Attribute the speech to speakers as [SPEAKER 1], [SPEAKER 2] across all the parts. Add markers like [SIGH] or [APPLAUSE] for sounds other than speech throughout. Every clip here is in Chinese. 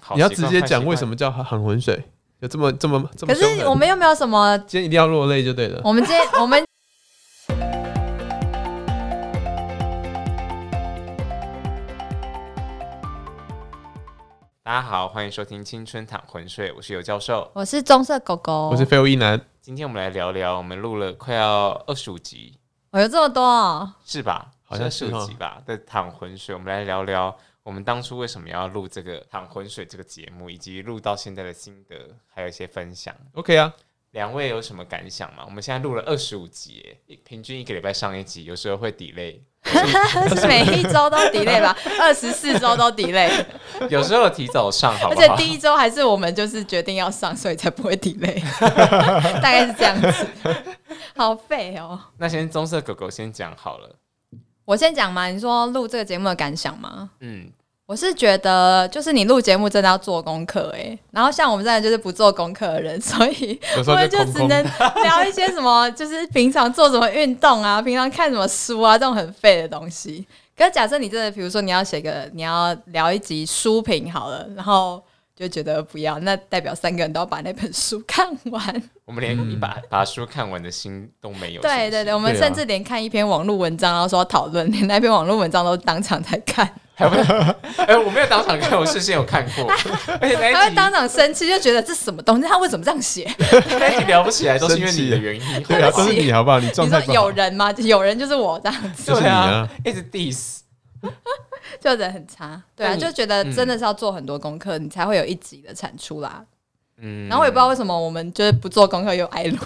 [SPEAKER 1] 好
[SPEAKER 2] 你要
[SPEAKER 1] 习
[SPEAKER 2] 直
[SPEAKER 1] 惯
[SPEAKER 2] 接
[SPEAKER 1] 坏
[SPEAKER 2] 讲
[SPEAKER 1] 习
[SPEAKER 2] 为
[SPEAKER 1] 惯
[SPEAKER 2] 什么叫含浑水，有这么这么这么
[SPEAKER 3] 可
[SPEAKER 2] 凶狠
[SPEAKER 3] 是我们又哦没有什么，
[SPEAKER 2] 今天一定要落泪就对了。
[SPEAKER 3] 我们今天我们
[SPEAKER 1] 大家好，欢迎收听《青春淌浑水》，我是尤教授。
[SPEAKER 3] 我是棕色狗狗，
[SPEAKER 2] 我是废物一男，
[SPEAKER 1] 今天我们来聊聊，我们录了快要二十五集，
[SPEAKER 3] 我有这么多、哦，
[SPEAKER 1] 是吧？
[SPEAKER 2] 好像
[SPEAKER 1] 是
[SPEAKER 2] 是
[SPEAKER 1] 25
[SPEAKER 2] 哦
[SPEAKER 1] 集吧的《淌浑水》，我们来聊聊我们当初为什么要录这个《淌浑水》这个节目，以及录到现在的心得，还有一些分享。
[SPEAKER 2] OK 啊，
[SPEAKER 1] 两位有什么感想吗？我们现在录了二十五集耶，一平均一个礼拜上一集，有时候会 delay，
[SPEAKER 3] 是每一周都 delay 吧，二十四周都 delay，
[SPEAKER 1] 有时候提早上，好不
[SPEAKER 3] 而且
[SPEAKER 1] 好？
[SPEAKER 3] 第一周还是我们就是决定要上，所以才不会 delay，大概是这样子，好废哦。
[SPEAKER 1] [LAUGHS] 那先棕色狗狗先讲好了。
[SPEAKER 3] 我先讲嘛，你说录这个节目的感想吗？
[SPEAKER 1] 嗯，
[SPEAKER 3] 我是觉得，就是你录节目真的要做功课哎、然后像我们这样就是不做功课的人，所以
[SPEAKER 2] 有时候
[SPEAKER 3] 我们就
[SPEAKER 2] 空
[SPEAKER 3] 只
[SPEAKER 2] 空。
[SPEAKER 3] 能聊一些什
[SPEAKER 2] [LAUGHS]
[SPEAKER 3] 么，就是平常做什么运动啊，平常看什么书啊，这种很废的东西。可是假设你真的，比如说你要写个，你要聊一集书评好了，然后就觉得不要，那代表三个人都要把那本书看
[SPEAKER 2] [LAUGHS]
[SPEAKER 3] 完。
[SPEAKER 1] 我们连一
[SPEAKER 2] 嗯
[SPEAKER 1] 把、把书看完的心都没有。是
[SPEAKER 3] 对
[SPEAKER 1] 不
[SPEAKER 3] 对
[SPEAKER 1] 是
[SPEAKER 3] 对，我们
[SPEAKER 2] 对啊
[SPEAKER 3] 甚至连看一篇网络文章，然后说要讨论，连那篇网络文章都当场才看。
[SPEAKER 1] 还会， [LAUGHS] 哎、我没有当场看，我事先有看
[SPEAKER 3] [LAUGHS]
[SPEAKER 1] 过，而且那
[SPEAKER 2] 哎
[SPEAKER 3] 他
[SPEAKER 1] 一
[SPEAKER 3] 会
[SPEAKER 1] 集
[SPEAKER 3] 当场生气，就觉得这什么东西，他为什么这样写？
[SPEAKER 1] 那一集聊不起来，都是因为你的原因。
[SPEAKER 2] [LAUGHS] 对啊，
[SPEAKER 3] 对
[SPEAKER 2] 都
[SPEAKER 1] [LAUGHS]
[SPEAKER 3] 不起
[SPEAKER 2] 是你好不好？你状
[SPEAKER 3] 你
[SPEAKER 2] 态
[SPEAKER 3] 说
[SPEAKER 2] 不好
[SPEAKER 3] 有。人吗？有人就是我这样子，
[SPEAKER 2] 就是
[SPEAKER 1] 对
[SPEAKER 2] 你
[SPEAKER 1] 啊
[SPEAKER 2] 啊，
[SPEAKER 1] 一直 diss。
[SPEAKER 3] 就人很差。对啊，
[SPEAKER 1] 那你
[SPEAKER 3] 就觉得
[SPEAKER 1] 嗯
[SPEAKER 3] 真的是要做很多功课，你才会有一集的产出啦。
[SPEAKER 1] 嗯
[SPEAKER 3] 然后我也不知道为什么我们就是不做功课又
[SPEAKER 2] [LAUGHS]
[SPEAKER 3] 挨录，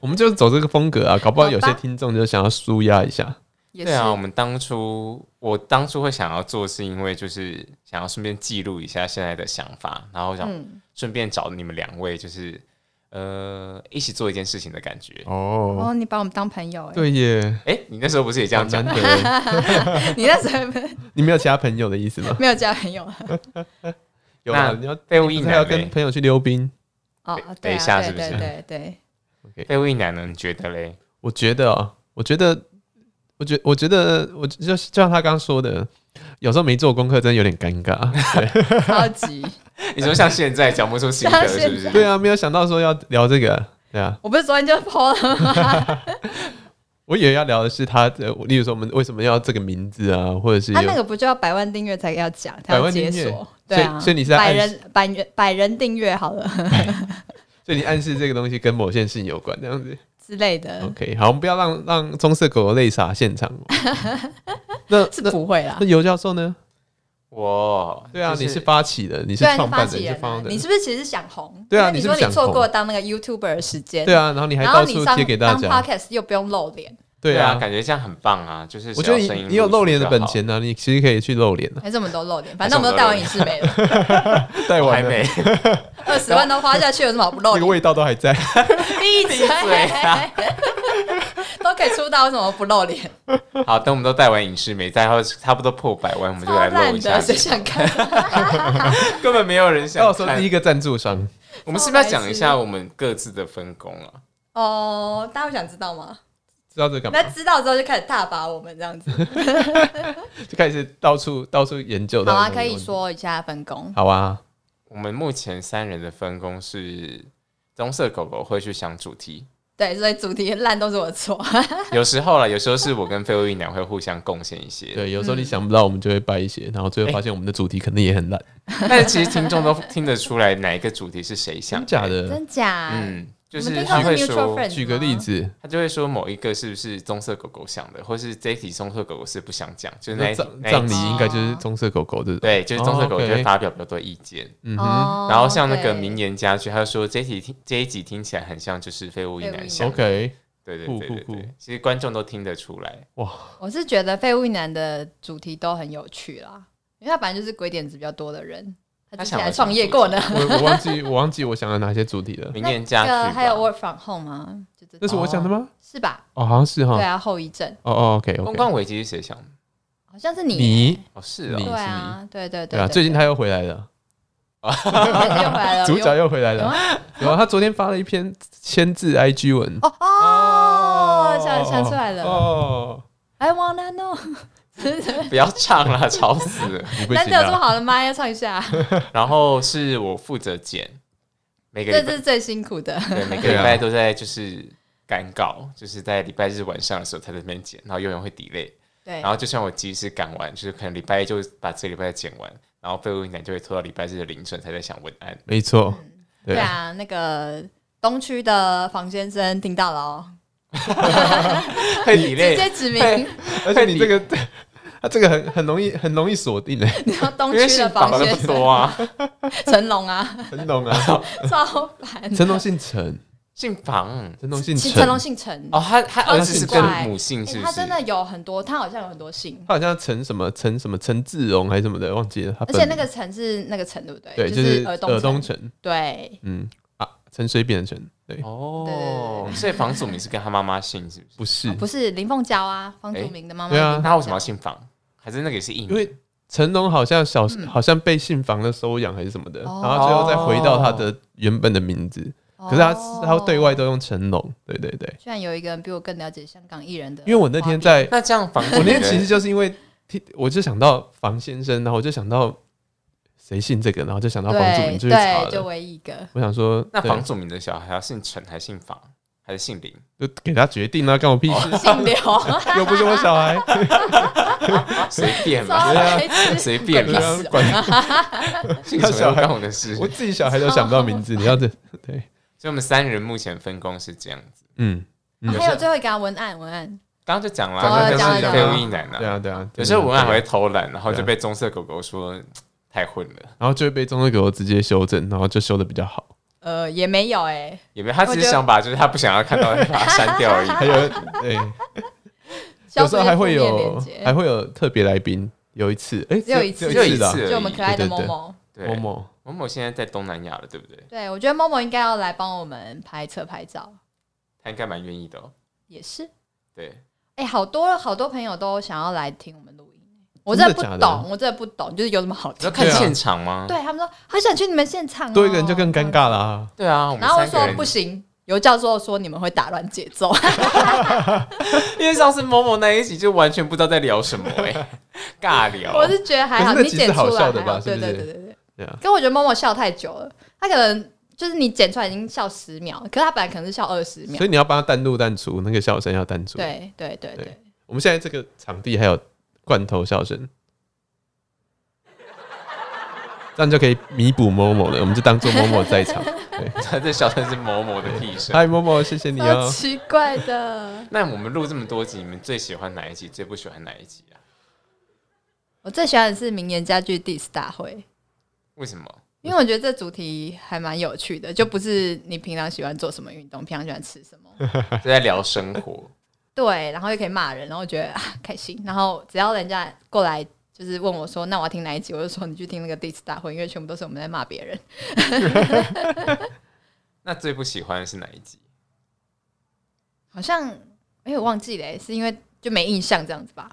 [SPEAKER 2] 我们就是走这个风格啊，搞不好有
[SPEAKER 3] 好
[SPEAKER 2] 些
[SPEAKER 3] 吧
[SPEAKER 2] 听众就想要舒压一下。
[SPEAKER 3] 也是
[SPEAKER 1] 对啊，我们当初我当初会想要做，是因为就是想要顺便记录一下现在的想法，然后想
[SPEAKER 3] 嗯，
[SPEAKER 1] 顺便找你们两位，就是、呃一起做一件事情的感觉。
[SPEAKER 2] 哦，
[SPEAKER 3] 哦，你把我们当朋友哎，
[SPEAKER 2] 对耶，
[SPEAKER 1] 哎、你那时候不是也这样
[SPEAKER 2] 好
[SPEAKER 1] 讲
[SPEAKER 2] 难？得。
[SPEAKER 3] [LAUGHS] 你那时候？
[SPEAKER 2] 你没有其他朋友的意思吗
[SPEAKER 1] [LAUGHS]
[SPEAKER 3] 没有交朋
[SPEAKER 2] [LAUGHS]
[SPEAKER 3] 友啊
[SPEAKER 2] 有啊，
[SPEAKER 1] 那
[SPEAKER 2] 你要
[SPEAKER 1] [LAUGHS] 废物一
[SPEAKER 2] 你还要
[SPEAKER 1] 男
[SPEAKER 2] 跟
[SPEAKER 1] 嘞，
[SPEAKER 2] 朋友去溜冰。
[SPEAKER 3] 哦，
[SPEAKER 1] 等
[SPEAKER 3] 对
[SPEAKER 1] 一
[SPEAKER 3] 啊，
[SPEAKER 1] 下
[SPEAKER 3] 对
[SPEAKER 1] 是不是
[SPEAKER 3] 对对对，
[SPEAKER 1] 废物一男呢？你觉得嘞？
[SPEAKER 2] 我觉得啊，我觉得，我觉，我觉得，我就就像他刚刚说的，有时候没做功课真的有点尴尬。 [LAUGHS]
[SPEAKER 3] 超级。 [LAUGHS]
[SPEAKER 1] [LAUGHS] 你说像现在讲不出心得，
[SPEAKER 3] 像现
[SPEAKER 1] 是不是？
[SPEAKER 2] 对啊，没有想到说要聊这个，对啊，
[SPEAKER 3] 我不是昨天就 PO
[SPEAKER 2] 哦
[SPEAKER 3] 了吗？
[SPEAKER 2] 我以为要聊的是他的，例如说我们为什么要这个名字啊，或者是有
[SPEAKER 3] 他那个不就要百万订阅才要讲，才
[SPEAKER 2] 百
[SPEAKER 3] 要
[SPEAKER 2] 万订
[SPEAKER 3] 解
[SPEAKER 2] 阅
[SPEAKER 3] 锁。对啊，
[SPEAKER 2] 所以所以你是在
[SPEAKER 3] 百
[SPEAKER 2] 暗示
[SPEAKER 3] 人百人百人订阅好了 [LAUGHS]
[SPEAKER 2] 所以你暗示这个东西跟某件事情有关，这样子。
[SPEAKER 3] 之类的，
[SPEAKER 2] OK，好，我们不要让让棕色狗狗泪洒现
[SPEAKER 3] [LAUGHS]
[SPEAKER 2] 场。那
[SPEAKER 3] 是
[SPEAKER 2] 那
[SPEAKER 3] 不会啦
[SPEAKER 2] 那。尤教授呢？
[SPEAKER 1] 我
[SPEAKER 2] 对啊，
[SPEAKER 1] 就是
[SPEAKER 2] 你是发起人，你是
[SPEAKER 3] 对啊，
[SPEAKER 2] 创
[SPEAKER 3] 你发
[SPEAKER 2] 办人，
[SPEAKER 3] 起
[SPEAKER 2] 你
[SPEAKER 3] 人
[SPEAKER 2] 是
[SPEAKER 3] 啊、
[SPEAKER 2] 方的
[SPEAKER 3] 你，是不是其实想红？
[SPEAKER 2] 对啊
[SPEAKER 3] 因为
[SPEAKER 2] 你
[SPEAKER 3] 你
[SPEAKER 2] 是不
[SPEAKER 3] 说
[SPEAKER 2] 是想
[SPEAKER 3] 你
[SPEAKER 2] 红
[SPEAKER 3] 错过当那个 YouTuber 的时间，
[SPEAKER 2] 对，啊，然后你还
[SPEAKER 3] 然后
[SPEAKER 2] 到
[SPEAKER 3] 你
[SPEAKER 2] 处
[SPEAKER 3] 上
[SPEAKER 2] 贴给大
[SPEAKER 3] 当
[SPEAKER 2] 家，
[SPEAKER 3] Podcast 又不用露脸，
[SPEAKER 2] 对
[SPEAKER 1] 啊，
[SPEAKER 2] 啊。
[SPEAKER 1] 感觉这样很棒啊！就是
[SPEAKER 2] 我觉得
[SPEAKER 1] 只要声
[SPEAKER 2] 你
[SPEAKER 1] 音
[SPEAKER 2] 你有
[SPEAKER 1] 录出
[SPEAKER 2] 露脸的
[SPEAKER 1] 就
[SPEAKER 2] 本
[SPEAKER 1] 好，
[SPEAKER 2] 钱啊呢，你其实可以去露脸啊的，
[SPEAKER 3] 还是我们都露脸？
[SPEAKER 1] 还
[SPEAKER 3] 反
[SPEAKER 1] 是
[SPEAKER 3] 正我
[SPEAKER 1] 我们
[SPEAKER 3] 们都带
[SPEAKER 1] 都
[SPEAKER 3] 完影视美了，
[SPEAKER 1] [LAUGHS]
[SPEAKER 2] 带
[SPEAKER 1] 我
[SPEAKER 2] 完
[SPEAKER 1] 还
[SPEAKER 2] 了
[SPEAKER 1] 没
[SPEAKER 3] 二十万都花下去，有什么好不露
[SPEAKER 2] 那个
[SPEAKER 3] 脸？
[SPEAKER 2] 味道都还在。
[SPEAKER 3] 闭
[SPEAKER 1] 闭嘴啊
[SPEAKER 3] 都可以出道，为什么不露脸？
[SPEAKER 1] 好，等我们都带完影视美，再后差不多破百万，我们就
[SPEAKER 3] 超
[SPEAKER 1] 来露
[SPEAKER 3] 烂
[SPEAKER 1] 一下
[SPEAKER 3] 的，。谁想看？
[SPEAKER 1] [LAUGHS] 根本没有人想
[SPEAKER 2] 到时候
[SPEAKER 1] 看
[SPEAKER 2] 第一。个赞助商，
[SPEAKER 1] 我们是不是要讲一
[SPEAKER 3] 超白
[SPEAKER 1] 下我们各自的分工啊？
[SPEAKER 3] 哦，大家会想知道吗？
[SPEAKER 2] 知道这干嘛
[SPEAKER 3] 那？知道之后就开始大把我们这样子。
[SPEAKER 2] 就开始到处到处研究。
[SPEAKER 3] 好
[SPEAKER 2] 到
[SPEAKER 3] 啊，
[SPEAKER 2] 处
[SPEAKER 3] 可以
[SPEAKER 2] 问
[SPEAKER 3] 说一下分工。
[SPEAKER 2] 好啊，
[SPEAKER 1] 我们目前三人的分工是，棕色狗狗会去想主题，
[SPEAKER 3] 对，所以主题烂都是我的错。
[SPEAKER 1] 有时候啦，有时候是我跟废物一娘会互相贡献一些。
[SPEAKER 2] 对，有时候你
[SPEAKER 3] 嗯
[SPEAKER 2] 想不到，我们就会掰一些，然后最后
[SPEAKER 3] 哎
[SPEAKER 2] 发现我们的主题可能也很烂，
[SPEAKER 1] 但是其实听众都听得出来哪一个主题是谁想
[SPEAKER 2] 真假？的？
[SPEAKER 3] 真假？
[SPEAKER 1] 嗯，就
[SPEAKER 3] 我
[SPEAKER 1] 是
[SPEAKER 3] 们听
[SPEAKER 1] 他会
[SPEAKER 3] 众是 mutual
[SPEAKER 1] 说
[SPEAKER 3] friend
[SPEAKER 2] 举个例
[SPEAKER 3] 吗，
[SPEAKER 2] 子，
[SPEAKER 1] 他就会说某一个是不是棕色狗狗想的，或是这一题棕色狗狗是不想讲，就是那
[SPEAKER 2] 那
[SPEAKER 1] 一
[SPEAKER 2] 葬
[SPEAKER 1] 那一
[SPEAKER 2] 葬
[SPEAKER 1] 集
[SPEAKER 2] 礼应该就是棕色狗狗这种，
[SPEAKER 1] 对，就是棕色狗狗
[SPEAKER 2] 哦
[SPEAKER 1] 就会
[SPEAKER 2] ，OK
[SPEAKER 1] 发表比较多意见。
[SPEAKER 2] 嗯哼
[SPEAKER 3] 哦，
[SPEAKER 1] 然后像那个
[SPEAKER 3] 对
[SPEAKER 1] 名言佳句，他就说这一题听这一集听起来很像就是废物一
[SPEAKER 3] 废物
[SPEAKER 1] 男
[SPEAKER 3] 一
[SPEAKER 1] 想的，
[SPEAKER 2] ，OK，
[SPEAKER 1] 对对
[SPEAKER 2] 酷
[SPEAKER 1] 对
[SPEAKER 2] 酷
[SPEAKER 1] 对
[SPEAKER 2] 酷
[SPEAKER 1] 对，其实观众都听得出来。
[SPEAKER 3] 我是觉得废物一男的主题都很有趣啦，因为他本来就是鬼点子比较多的人，他之前还创业过呢。
[SPEAKER 2] 我我忘记我忘记我想了哪些主题了，
[SPEAKER 1] 名
[SPEAKER 3] 那
[SPEAKER 1] 言佳句
[SPEAKER 3] 个啊还有
[SPEAKER 1] 吧
[SPEAKER 3] work from home 啊，就这
[SPEAKER 2] 那
[SPEAKER 3] 种
[SPEAKER 2] 是我想的吗？
[SPEAKER 3] 是吧？
[SPEAKER 2] 哦，好像是
[SPEAKER 3] 对
[SPEAKER 2] 哈，
[SPEAKER 3] 啊，后遗症
[SPEAKER 2] 哦哦，OK
[SPEAKER 1] 公
[SPEAKER 2] OK，
[SPEAKER 1] 关危机是谁想的？
[SPEAKER 3] 好像是你，
[SPEAKER 2] 你
[SPEAKER 1] 哦，是哦
[SPEAKER 2] 你
[SPEAKER 3] 对啊，对
[SPEAKER 2] 对
[SPEAKER 3] 对对
[SPEAKER 2] 啊，最近他又回来了，
[SPEAKER 3] 他 [LAUGHS] 又回来了，
[SPEAKER 2] 主角又回来
[SPEAKER 3] 有
[SPEAKER 2] 了，然后他昨天发了一篇签字 IG 文，
[SPEAKER 3] 哦哦哦，想想出来了啊
[SPEAKER 2] 哦，
[SPEAKER 3] ，I wanna know， [LAUGHS]
[SPEAKER 1] 不要唱了， [LAUGHS] 吵死了。
[SPEAKER 2] 你不
[SPEAKER 3] 难
[SPEAKER 2] 行
[SPEAKER 3] 得有这么
[SPEAKER 2] 啊！
[SPEAKER 3] 好的妈，要唱一下，
[SPEAKER 1] 然后是我负责剪，每个
[SPEAKER 3] 这
[SPEAKER 1] 礼
[SPEAKER 3] 这
[SPEAKER 1] 拜
[SPEAKER 3] 是最辛苦的。
[SPEAKER 1] 对每个
[SPEAKER 2] 对
[SPEAKER 1] 礼
[SPEAKER 2] 啊
[SPEAKER 1] 拜都在就是赶稿，就是在礼拜日晚上的时候才在那边剪，然后永远会 delay。
[SPEAKER 3] 对
[SPEAKER 1] 然，后就算我及时赶完，就是可能礼拜一就把这个礼拜剪完，然后废物男就会拖到礼拜日的凌晨才在想文
[SPEAKER 3] [LAUGHS]
[SPEAKER 1] 案。
[SPEAKER 2] 没错，
[SPEAKER 3] 对
[SPEAKER 2] 对啊，
[SPEAKER 3] 啊，那个东区的房先生听到了哦，
[SPEAKER 1] 会 delay，
[SPEAKER 3] 直接指名，
[SPEAKER 1] 嘿
[SPEAKER 2] 而且你这个，他这个很很容易很容易锁定诶，
[SPEAKER 3] 你要东
[SPEAKER 1] 因为
[SPEAKER 3] 区
[SPEAKER 1] 姓
[SPEAKER 3] 的
[SPEAKER 1] 房
[SPEAKER 3] 房
[SPEAKER 1] 的
[SPEAKER 3] 先
[SPEAKER 1] 不
[SPEAKER 3] 生
[SPEAKER 1] 多啊，
[SPEAKER 3] [LAUGHS] 成龙啊，
[SPEAKER 2] 陈龙啊，
[SPEAKER 3] 超
[SPEAKER 2] [LAUGHS]
[SPEAKER 3] 烦。
[SPEAKER 2] 陈龙姓陈，
[SPEAKER 1] 姓房
[SPEAKER 2] 陈龙姓
[SPEAKER 3] 其
[SPEAKER 2] 陈，
[SPEAKER 3] 成龙姓陈，
[SPEAKER 1] 哦，他他
[SPEAKER 3] 好
[SPEAKER 1] 儿子是
[SPEAKER 2] 奇
[SPEAKER 1] 跟
[SPEAKER 3] 怪
[SPEAKER 1] 母姓
[SPEAKER 3] 欸
[SPEAKER 1] 是不
[SPEAKER 3] 他
[SPEAKER 1] 是
[SPEAKER 3] 真？的有很多，他好像有很多姓，
[SPEAKER 2] 他好像陈什么陈什么陈志荣还是什么的，忘记了。他
[SPEAKER 3] 而
[SPEAKER 2] 本
[SPEAKER 3] 且那个陈是那个陈，对不对？
[SPEAKER 2] 对，
[SPEAKER 3] 就
[SPEAKER 2] 就是
[SPEAKER 3] 耳
[SPEAKER 2] 耳
[SPEAKER 3] 东
[SPEAKER 2] 东
[SPEAKER 3] 陈。
[SPEAKER 2] 陈，
[SPEAKER 3] 对，
[SPEAKER 2] 嗯啊，陈水扁的陈，对，
[SPEAKER 3] 对对
[SPEAKER 1] 哦
[SPEAKER 3] 对，
[SPEAKER 1] 所以房祖名是跟他妈妈姓是不是？
[SPEAKER 2] 不是
[SPEAKER 3] 啊，不是林凤娇啊，方祖明的妈
[SPEAKER 2] 嗯
[SPEAKER 3] 妈。
[SPEAKER 2] 对啊
[SPEAKER 1] 那他为什么要？姓房？还是那个也是艺名
[SPEAKER 2] 因？为成龙好像小时好像被信房的收养还是什么的，
[SPEAKER 3] 嗯哦
[SPEAKER 2] 然后最后再回到他的原本的名字，可是他他对外。都用成龙，对对对，
[SPEAKER 3] 哦居然有一个人比我更了解香港艺人的，
[SPEAKER 2] 因为我那天在，
[SPEAKER 1] 那这样房，
[SPEAKER 2] 我那天其实就是因为听我就想到房先生，然后我就想到谁姓这个，然后就想到
[SPEAKER 3] 对
[SPEAKER 2] 房祖名就去查
[SPEAKER 3] 对，就
[SPEAKER 2] 了。
[SPEAKER 3] 唯一一个。
[SPEAKER 2] 我想说，
[SPEAKER 1] 那
[SPEAKER 2] 对
[SPEAKER 1] 房祖名的小孩要姓陈还是姓房还是姓林？
[SPEAKER 2] 就给他决定啊，干我屁事，
[SPEAKER 1] 哦
[SPEAKER 3] 姓刘，
[SPEAKER 2] [LAUGHS]
[SPEAKER 3] [LAUGHS]
[SPEAKER 2] 又不是我小
[SPEAKER 1] [LAUGHS]
[SPEAKER 2] 孩，
[SPEAKER 3] 哦
[SPEAKER 1] 随便嘛，
[SPEAKER 3] [LAUGHS] 稍
[SPEAKER 2] 啊
[SPEAKER 3] 微
[SPEAKER 2] [LAUGHS]
[SPEAKER 1] [LAUGHS]
[SPEAKER 3] 吃
[SPEAKER 1] 随便
[SPEAKER 2] 对
[SPEAKER 1] 嘛，
[SPEAKER 2] 啊，管
[SPEAKER 1] 姓什么都干我的事。
[SPEAKER 2] 我自己小孩都想不到名字，你
[SPEAKER 1] [LAUGHS]
[SPEAKER 2] 要这对，
[SPEAKER 1] 所以我们三人目前分工是这样子。
[SPEAKER 2] 嗯，嗯
[SPEAKER 3] 啊还有最后一个啊文案，文案
[SPEAKER 1] 刚刚就讲了，
[SPEAKER 2] 讲了
[SPEAKER 1] 就
[SPEAKER 2] 讲了
[SPEAKER 1] 是
[SPEAKER 2] 讲了
[SPEAKER 1] 废物一男
[SPEAKER 2] 对
[SPEAKER 1] 啊。
[SPEAKER 2] 啊对啊，
[SPEAKER 1] 有时候文案还会
[SPEAKER 2] 对啊
[SPEAKER 1] 偷懒，然后就
[SPEAKER 2] 对啊
[SPEAKER 1] 被棕色狗狗说太混了，
[SPEAKER 2] 然后就会被中二狗直接修正，然后就修的比
[SPEAKER 1] [LAUGHS]
[SPEAKER 2] 较好。
[SPEAKER 3] 呃也没有哎，
[SPEAKER 1] 也没有，他只是想把就是他不想要看到的把它删掉而已。
[SPEAKER 2] 还有对，有时候还会有还会有特别来宾，有一次，哎，
[SPEAKER 3] 只有一次
[SPEAKER 2] 只有
[SPEAKER 1] 只有
[SPEAKER 2] 一次
[SPEAKER 1] 一
[SPEAKER 2] 的
[SPEAKER 1] 次
[SPEAKER 3] 就我们可爱的
[SPEAKER 2] 对对
[SPEAKER 3] 某
[SPEAKER 2] 对
[SPEAKER 3] 某。
[SPEAKER 1] 对，
[SPEAKER 2] 某
[SPEAKER 1] 某
[SPEAKER 2] 某，
[SPEAKER 1] 某某现在在东南亚了，对不对？
[SPEAKER 3] 对，我觉得 Momo 应该要来帮我们拍车拍照，
[SPEAKER 1] 他应该蛮愿意的哦。
[SPEAKER 3] 也是。
[SPEAKER 1] 对，
[SPEAKER 3] 哎、好多好多朋友都想要来听我们录音，欸我
[SPEAKER 2] 真
[SPEAKER 3] 真
[SPEAKER 2] 的
[SPEAKER 3] 的不
[SPEAKER 2] 假的
[SPEAKER 3] 懂，我真的不懂，就是有什么好
[SPEAKER 1] 你
[SPEAKER 3] 听
[SPEAKER 1] 要？看
[SPEAKER 2] 对啊
[SPEAKER 1] 现场吗？
[SPEAKER 3] 对他们说，好想去你们现场、哦，
[SPEAKER 2] 多一个人就更尴。尬啦、啊。
[SPEAKER 1] 对啊，我们
[SPEAKER 3] 然后我
[SPEAKER 1] 三个
[SPEAKER 3] 说
[SPEAKER 1] 人
[SPEAKER 3] 不行，有教授说你们会打乱节
[SPEAKER 2] 哦
[SPEAKER 3] 奏，
[SPEAKER 1] [LAUGHS] 因为上次某某那一集就完全不知道在聊什么哎、尬聊。
[SPEAKER 3] 我是觉得还好，
[SPEAKER 2] 可是那
[SPEAKER 3] 你
[SPEAKER 2] 集
[SPEAKER 3] 剪出
[SPEAKER 2] 是好
[SPEAKER 3] 来
[SPEAKER 2] 笑的
[SPEAKER 3] 还好，
[SPEAKER 2] 吧
[SPEAKER 3] 对
[SPEAKER 2] 是不
[SPEAKER 3] 对
[SPEAKER 2] 是
[SPEAKER 3] 对对对。
[SPEAKER 2] 对啊，
[SPEAKER 3] 可我觉得默默笑太久了，他可能就是你剪出来已经笑十秒，可是他本来可能是笑二十秒
[SPEAKER 2] 所。以你要帮他单录单出，那个笑声要单出。，
[SPEAKER 3] 对对对对
[SPEAKER 2] 对，我们现在这个场地还有罐头笑声， [LAUGHS] 这样就可以弥补某某了。我们就当做某某在
[SPEAKER 3] [LAUGHS]
[SPEAKER 2] 场。对，
[SPEAKER 1] 他 [LAUGHS] 这小声是某某的屁
[SPEAKER 2] [LAUGHS]
[SPEAKER 1] 声。
[SPEAKER 2] 嗨，某某，谢谢你
[SPEAKER 3] 超
[SPEAKER 2] 哦。
[SPEAKER 3] 奇怪的。
[SPEAKER 1] 那我们录这么多集，你们最喜欢哪一集？最不喜欢哪一集啊？
[SPEAKER 3] 我最喜欢的是名言佳句 diss 大会。
[SPEAKER 1] 为什么？
[SPEAKER 3] 因为我觉得这主题还蛮有趣的，就不是你平常喜欢做什么运动，平常喜欢吃什么，
[SPEAKER 1] 就在聊生活，
[SPEAKER 3] 对，然后又可以骂人，然后觉得啊开心，然后只要人家过来就是问我说，那我要听哪一集，我就说你去听那个 diss 大会，因为全部都是我们在骂别人。
[SPEAKER 1] 那最不喜欢的是哪一集？
[SPEAKER 3] 好像哎、我忘记了、是因为就没印象这样子吧？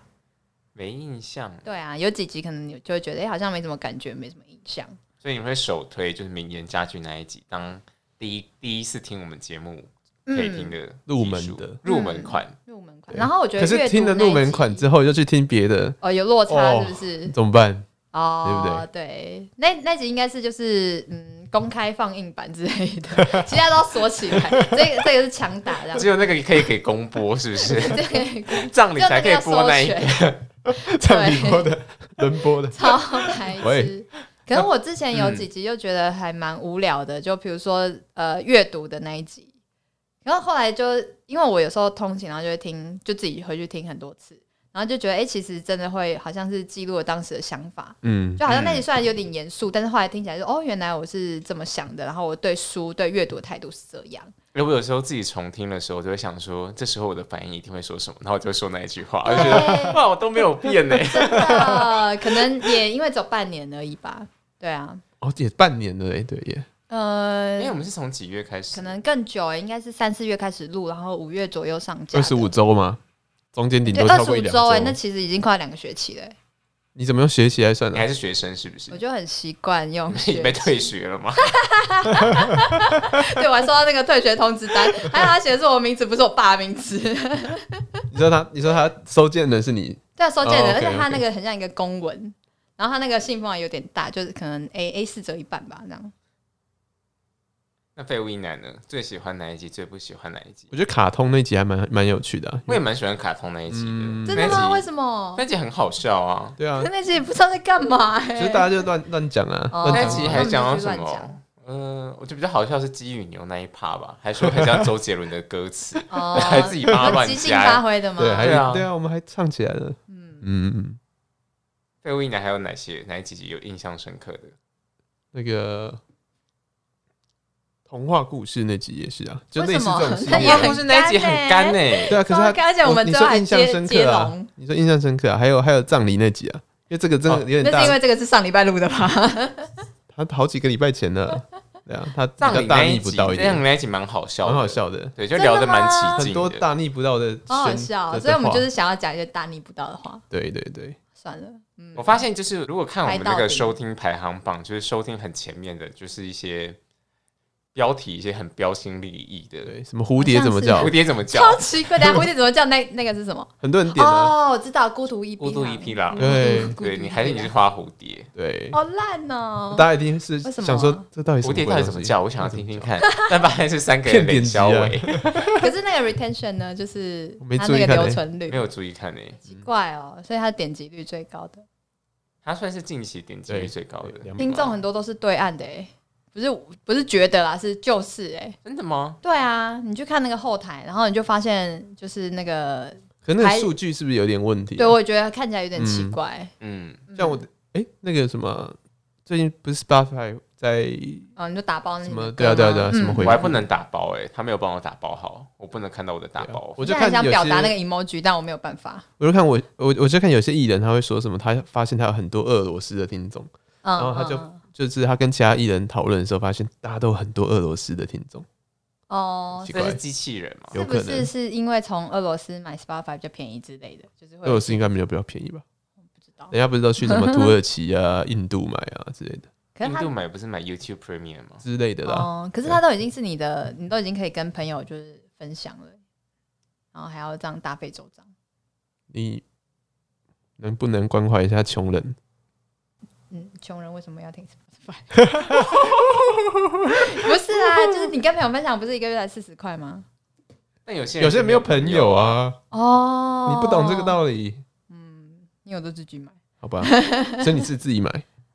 [SPEAKER 1] 没印象，
[SPEAKER 3] 对啊，有几集可能你就会觉得哎、好像没什么感觉，没什么印象。
[SPEAKER 1] 所以你会首推就是名言佳句那一集当第一第一次听我们节目可以听
[SPEAKER 3] 嗯，
[SPEAKER 1] 的
[SPEAKER 2] 入
[SPEAKER 1] 集
[SPEAKER 2] 门
[SPEAKER 1] 数
[SPEAKER 2] 的
[SPEAKER 1] 入门款，
[SPEAKER 3] 入门款。
[SPEAKER 2] 对
[SPEAKER 3] 然后我觉得
[SPEAKER 2] 可是听了
[SPEAKER 3] 阅读那一
[SPEAKER 2] 入门款
[SPEAKER 3] 集
[SPEAKER 2] 之后，又去听别的，
[SPEAKER 3] 哦有落差
[SPEAKER 2] 哦
[SPEAKER 3] 是不是？
[SPEAKER 2] 怎么办？
[SPEAKER 3] 哦，对那那集应该是就是嗯公开放映版之类
[SPEAKER 1] [LAUGHS]
[SPEAKER 3] 的，其他都要锁起来。这个这个是强打这样，
[SPEAKER 1] 只有那个可以给公播，是不是？
[SPEAKER 3] [LAUGHS]
[SPEAKER 1] [LAUGHS]
[SPEAKER 3] 这个
[SPEAKER 1] 葬礼
[SPEAKER 3] 这
[SPEAKER 1] 才
[SPEAKER 3] 个
[SPEAKER 1] 可以
[SPEAKER 3] 要
[SPEAKER 1] 播
[SPEAKER 3] 搜
[SPEAKER 1] 那一
[SPEAKER 3] 选，
[SPEAKER 2] 唱你播的， [LAUGHS] 轮播的。
[SPEAKER 3] [LAUGHS] 超白痴
[SPEAKER 2] 喂。
[SPEAKER 3] 可是我之前有几集就觉得还蛮无聊的，就比如说呃阅读的那一集，然后后来就因为我有时候通勤，然后就会听，就自己回去听很多次，然后就觉得哎、诶其实真的会好像是记录了当时的想法，
[SPEAKER 2] 嗯，
[SPEAKER 3] 就好像那里虽然有点严肃，但是后来听起来就哦，原来我是这么想的，然后我对书对阅读的态度是这样。
[SPEAKER 1] 因为我有时候自己重听的时候，我就会想说，这时候我的反应一定会说什么，然后我就会说那一句话，
[SPEAKER 2] 哎
[SPEAKER 1] 我就觉得
[SPEAKER 3] 对，
[SPEAKER 1] 哇，我都没有变呢。
[SPEAKER 3] 真的，可能也因为走半年而已吧。对啊，
[SPEAKER 2] 哦，也半年了哎，对耶，
[SPEAKER 3] 呃
[SPEAKER 1] 哎因为，我们是从几月开始？
[SPEAKER 3] 可能更久欸，应该是三四月开始录，然后五月左右上架的。
[SPEAKER 2] 二十五周吗？中间顶
[SPEAKER 3] 对
[SPEAKER 2] 多
[SPEAKER 3] 二
[SPEAKER 2] 超
[SPEAKER 3] 十
[SPEAKER 2] 过
[SPEAKER 3] 五
[SPEAKER 2] 一两
[SPEAKER 3] 周哎，那其实已经快两个学期了欸，
[SPEAKER 2] 你怎么用学习来算啊
[SPEAKER 1] 你
[SPEAKER 2] 的、
[SPEAKER 1] 还
[SPEAKER 3] 哎
[SPEAKER 1] 是学生是不是
[SPEAKER 3] 我？就很习惯用
[SPEAKER 1] [LAUGHS] 你
[SPEAKER 3] 学
[SPEAKER 1] 被
[SPEAKER 3] 期
[SPEAKER 1] 退学了吗？
[SPEAKER 2] [LAUGHS]
[SPEAKER 3] 对，我还收到那个退学通知单，还有他写的是我名字，不是我爸的名字。
[SPEAKER 2] 你说他，你说他收件人是你，
[SPEAKER 3] 对啊，收件人，
[SPEAKER 2] 哦
[SPEAKER 3] 而
[SPEAKER 2] ，OK，
[SPEAKER 3] 且它那个很像一个公文，然后它那个信封啊有点大，就是可能 A A 四折一半吧，这样。
[SPEAKER 2] 嗯
[SPEAKER 1] 那废物一男呢？最喜欢哪一集？最不喜欢哪一集？
[SPEAKER 2] 我觉得卡通那集还蛮蛮有趣的啊、
[SPEAKER 1] 我也蛮喜欢卡通那一集
[SPEAKER 2] 嗯
[SPEAKER 1] 的，
[SPEAKER 3] 真
[SPEAKER 1] 那
[SPEAKER 3] 的
[SPEAKER 1] 一
[SPEAKER 3] 吗？为
[SPEAKER 1] 集
[SPEAKER 3] 什么？
[SPEAKER 1] 那集很好笑啊，
[SPEAKER 2] 对啊
[SPEAKER 3] 可，那集也不知道在干嘛哎、
[SPEAKER 2] [LAUGHS] 其实大家就乱乱讲啊，
[SPEAKER 3] 哦
[SPEAKER 2] 乱
[SPEAKER 1] 那一
[SPEAKER 2] 讲
[SPEAKER 1] 集
[SPEAKER 2] 话
[SPEAKER 1] 还讲到
[SPEAKER 3] 他
[SPEAKER 1] 什
[SPEAKER 3] 们就乱
[SPEAKER 1] 么？呃，我觉得比较好笑是鸡与牛那一趴吧，还说很像周杰伦的歌词，
[SPEAKER 3] 哦
[SPEAKER 1] 还自己帮他乱
[SPEAKER 3] 即兴
[SPEAKER 1] 加
[SPEAKER 3] 发挥的吗？
[SPEAKER 2] 对，还
[SPEAKER 1] 对啊
[SPEAKER 2] 有对啊，我们还唱起来了，
[SPEAKER 3] 嗯，
[SPEAKER 2] 嗯，嗯嗯
[SPEAKER 1] 废物一男还有哪些哪几集有印象深刻的？
[SPEAKER 2] 那个童话故事那集也是啊，就类似
[SPEAKER 3] 为
[SPEAKER 2] 这
[SPEAKER 3] 什
[SPEAKER 2] 种
[SPEAKER 3] 么
[SPEAKER 2] 系
[SPEAKER 3] 那也
[SPEAKER 2] 列
[SPEAKER 1] 哇
[SPEAKER 3] 很
[SPEAKER 1] 故事那一集很干欸
[SPEAKER 3] 干
[SPEAKER 1] 呢、
[SPEAKER 2] 对啊，可是
[SPEAKER 3] 超
[SPEAKER 2] 他
[SPEAKER 3] 干而且我们
[SPEAKER 2] 你
[SPEAKER 3] 最后
[SPEAKER 2] 说
[SPEAKER 3] 还
[SPEAKER 2] 印象
[SPEAKER 3] 接
[SPEAKER 2] 深
[SPEAKER 3] 接
[SPEAKER 2] 刻啊
[SPEAKER 3] 龙，
[SPEAKER 2] 你说印象深刻啊，还有还有葬礼那集啊，因为这个真的
[SPEAKER 1] 哦
[SPEAKER 2] 有点
[SPEAKER 3] 那
[SPEAKER 2] 大
[SPEAKER 3] 是因，为这个是上礼拜录
[SPEAKER 2] [LAUGHS]
[SPEAKER 3] 的吧？
[SPEAKER 2] 他好几个礼拜前
[SPEAKER 3] [LAUGHS]
[SPEAKER 2] 了，对啊，他比
[SPEAKER 1] 葬
[SPEAKER 2] 较
[SPEAKER 1] 礼
[SPEAKER 2] 大
[SPEAKER 1] 那一
[SPEAKER 2] 逆不
[SPEAKER 1] 集，
[SPEAKER 2] 道一
[SPEAKER 1] 葬礼
[SPEAKER 2] 点，
[SPEAKER 1] 那一集蛮好笑的，
[SPEAKER 2] 蛮好，笑的，
[SPEAKER 1] 对，就聊得蛮起
[SPEAKER 2] 很
[SPEAKER 1] 劲
[SPEAKER 2] 多
[SPEAKER 1] 的。
[SPEAKER 2] 大逆不道的，
[SPEAKER 3] 好好笑哦，
[SPEAKER 2] 的
[SPEAKER 3] 所以我们
[SPEAKER 2] 话
[SPEAKER 3] 就是想要讲一些大逆不道的话。
[SPEAKER 2] 对对对，
[SPEAKER 3] 算了，嗯
[SPEAKER 1] 我，发现就是如果看我们这
[SPEAKER 3] 排到
[SPEAKER 1] 个
[SPEAKER 3] 底
[SPEAKER 1] 收听排行榜，就是收听很前面的，就是一些标题一些很标新立异的。
[SPEAKER 2] 对，什么蝴蝶怎么叫
[SPEAKER 1] 蝴？蝶怎么叫？
[SPEAKER 3] 超奇怪，等一下蝴蝶怎么叫那那个是什么？
[SPEAKER 2] 很多人点啊，
[SPEAKER 3] 哦，我知道，孤独一匹
[SPEAKER 1] 孤
[SPEAKER 3] 狼，
[SPEAKER 1] 独一匹狼
[SPEAKER 3] 孤
[SPEAKER 2] 嗯对
[SPEAKER 3] 孤独
[SPEAKER 1] 对
[SPEAKER 3] 一匹
[SPEAKER 1] 你还是你
[SPEAKER 3] 狼
[SPEAKER 1] 是花蝴蝶？
[SPEAKER 2] 对，
[SPEAKER 3] 好烂哦。
[SPEAKER 2] 大家一定是
[SPEAKER 3] 为什么
[SPEAKER 2] 想说这到底什
[SPEAKER 1] 蝴
[SPEAKER 2] 么
[SPEAKER 1] 蝶
[SPEAKER 2] 鬼
[SPEAKER 1] 到
[SPEAKER 2] 东
[SPEAKER 1] 底
[SPEAKER 2] 西
[SPEAKER 1] 怎么叫？我想要听听看。 [LAUGHS] 但发现是三个人
[SPEAKER 2] 骗点
[SPEAKER 1] 脸
[SPEAKER 2] 击
[SPEAKER 1] 小
[SPEAKER 2] 啊
[SPEAKER 1] 尾，
[SPEAKER 3] 可是那个 retention 呢，就是
[SPEAKER 2] 我没
[SPEAKER 3] 它
[SPEAKER 2] 注
[SPEAKER 3] 那
[SPEAKER 2] 意
[SPEAKER 3] 个
[SPEAKER 2] 看
[SPEAKER 3] 留
[SPEAKER 2] 欸
[SPEAKER 3] 存率
[SPEAKER 1] 没有注意看欸
[SPEAKER 2] 嗯
[SPEAKER 1] 诶。
[SPEAKER 3] 奇怪哦，所以它点击率最高的
[SPEAKER 1] 它算是近期点击率
[SPEAKER 2] 对
[SPEAKER 1] 最高的
[SPEAKER 2] 对，两
[SPEAKER 3] 听众很多都是对岸的哎，不是不是觉得啦，是就是哎，
[SPEAKER 1] 真的吗？
[SPEAKER 3] 对啊，你去看那个后台，然后你就发现就是那个，
[SPEAKER 2] 可能那
[SPEAKER 3] 还
[SPEAKER 2] 个数据是不是有点问题啊？
[SPEAKER 3] 对我也觉得看起来有点奇
[SPEAKER 2] 嗯
[SPEAKER 3] 怪。
[SPEAKER 1] 嗯，
[SPEAKER 2] 像我哎、那个什么，最近不是 Spotify 在
[SPEAKER 3] 哦，你就打包那
[SPEAKER 2] 什
[SPEAKER 3] 些
[SPEAKER 2] 么？
[SPEAKER 3] 歌
[SPEAKER 2] 对啊，对啊，对啊，
[SPEAKER 3] 吗
[SPEAKER 2] 什么
[SPEAKER 3] 嗯
[SPEAKER 1] 我
[SPEAKER 2] 回复？
[SPEAKER 1] 还不能打包欸诶，他没有帮我打包好，我不能看到我的打
[SPEAKER 2] 对啊
[SPEAKER 1] 包。
[SPEAKER 2] 我
[SPEAKER 3] 我
[SPEAKER 2] 就
[SPEAKER 3] 现在很
[SPEAKER 2] 看
[SPEAKER 3] 想
[SPEAKER 2] 有
[SPEAKER 3] 表达那
[SPEAKER 2] 些，
[SPEAKER 3] 个 emoji，但我没有办法。
[SPEAKER 2] 我就看我我我就看有些艺人他会说什么，他发现他有很多俄罗斯的听众，
[SPEAKER 3] 嗯，
[SPEAKER 2] 然后他就
[SPEAKER 3] 嗯嗯
[SPEAKER 2] 就是他跟其他艺人讨论的时候，发现大家都有很多俄罗斯的听众，
[SPEAKER 3] 哦，
[SPEAKER 2] 奇
[SPEAKER 1] 这
[SPEAKER 2] 怪
[SPEAKER 1] 是，机器人嘛？
[SPEAKER 3] 是
[SPEAKER 2] 有
[SPEAKER 3] 不
[SPEAKER 2] 可
[SPEAKER 3] 是
[SPEAKER 2] 能
[SPEAKER 3] 是因为从俄罗斯买 Spotify 比较便宜之类的？就是会
[SPEAKER 2] 俄罗斯应该没有比较便宜吧？
[SPEAKER 3] 不知道
[SPEAKER 2] 人，家不是都去什么土耳其啊、印度买啊之类的
[SPEAKER 3] 可是
[SPEAKER 1] 印
[SPEAKER 3] 他
[SPEAKER 1] 度买不是买 YouTube Premium 吗？
[SPEAKER 2] 之类的啦。
[SPEAKER 3] 哦，可是他都已经是你的，你都已经可以跟朋友就是分享了，然后还要这样大费周章。
[SPEAKER 2] 你能不能关怀一下穷人？
[SPEAKER 3] 嗯，穷人为什么要听
[SPEAKER 2] [LAUGHS]
[SPEAKER 3] Spotify？不是啊，就是你跟朋友分享，不是一个月才四十块吗？
[SPEAKER 1] 但有些
[SPEAKER 2] 有些人没有朋友
[SPEAKER 1] 啊。
[SPEAKER 2] 啊，
[SPEAKER 3] 哦，
[SPEAKER 2] 你不懂这个道理，
[SPEAKER 3] 嗯，因为我都自己买。
[SPEAKER 2] 好吧？ [LAUGHS] 所以你是自己买，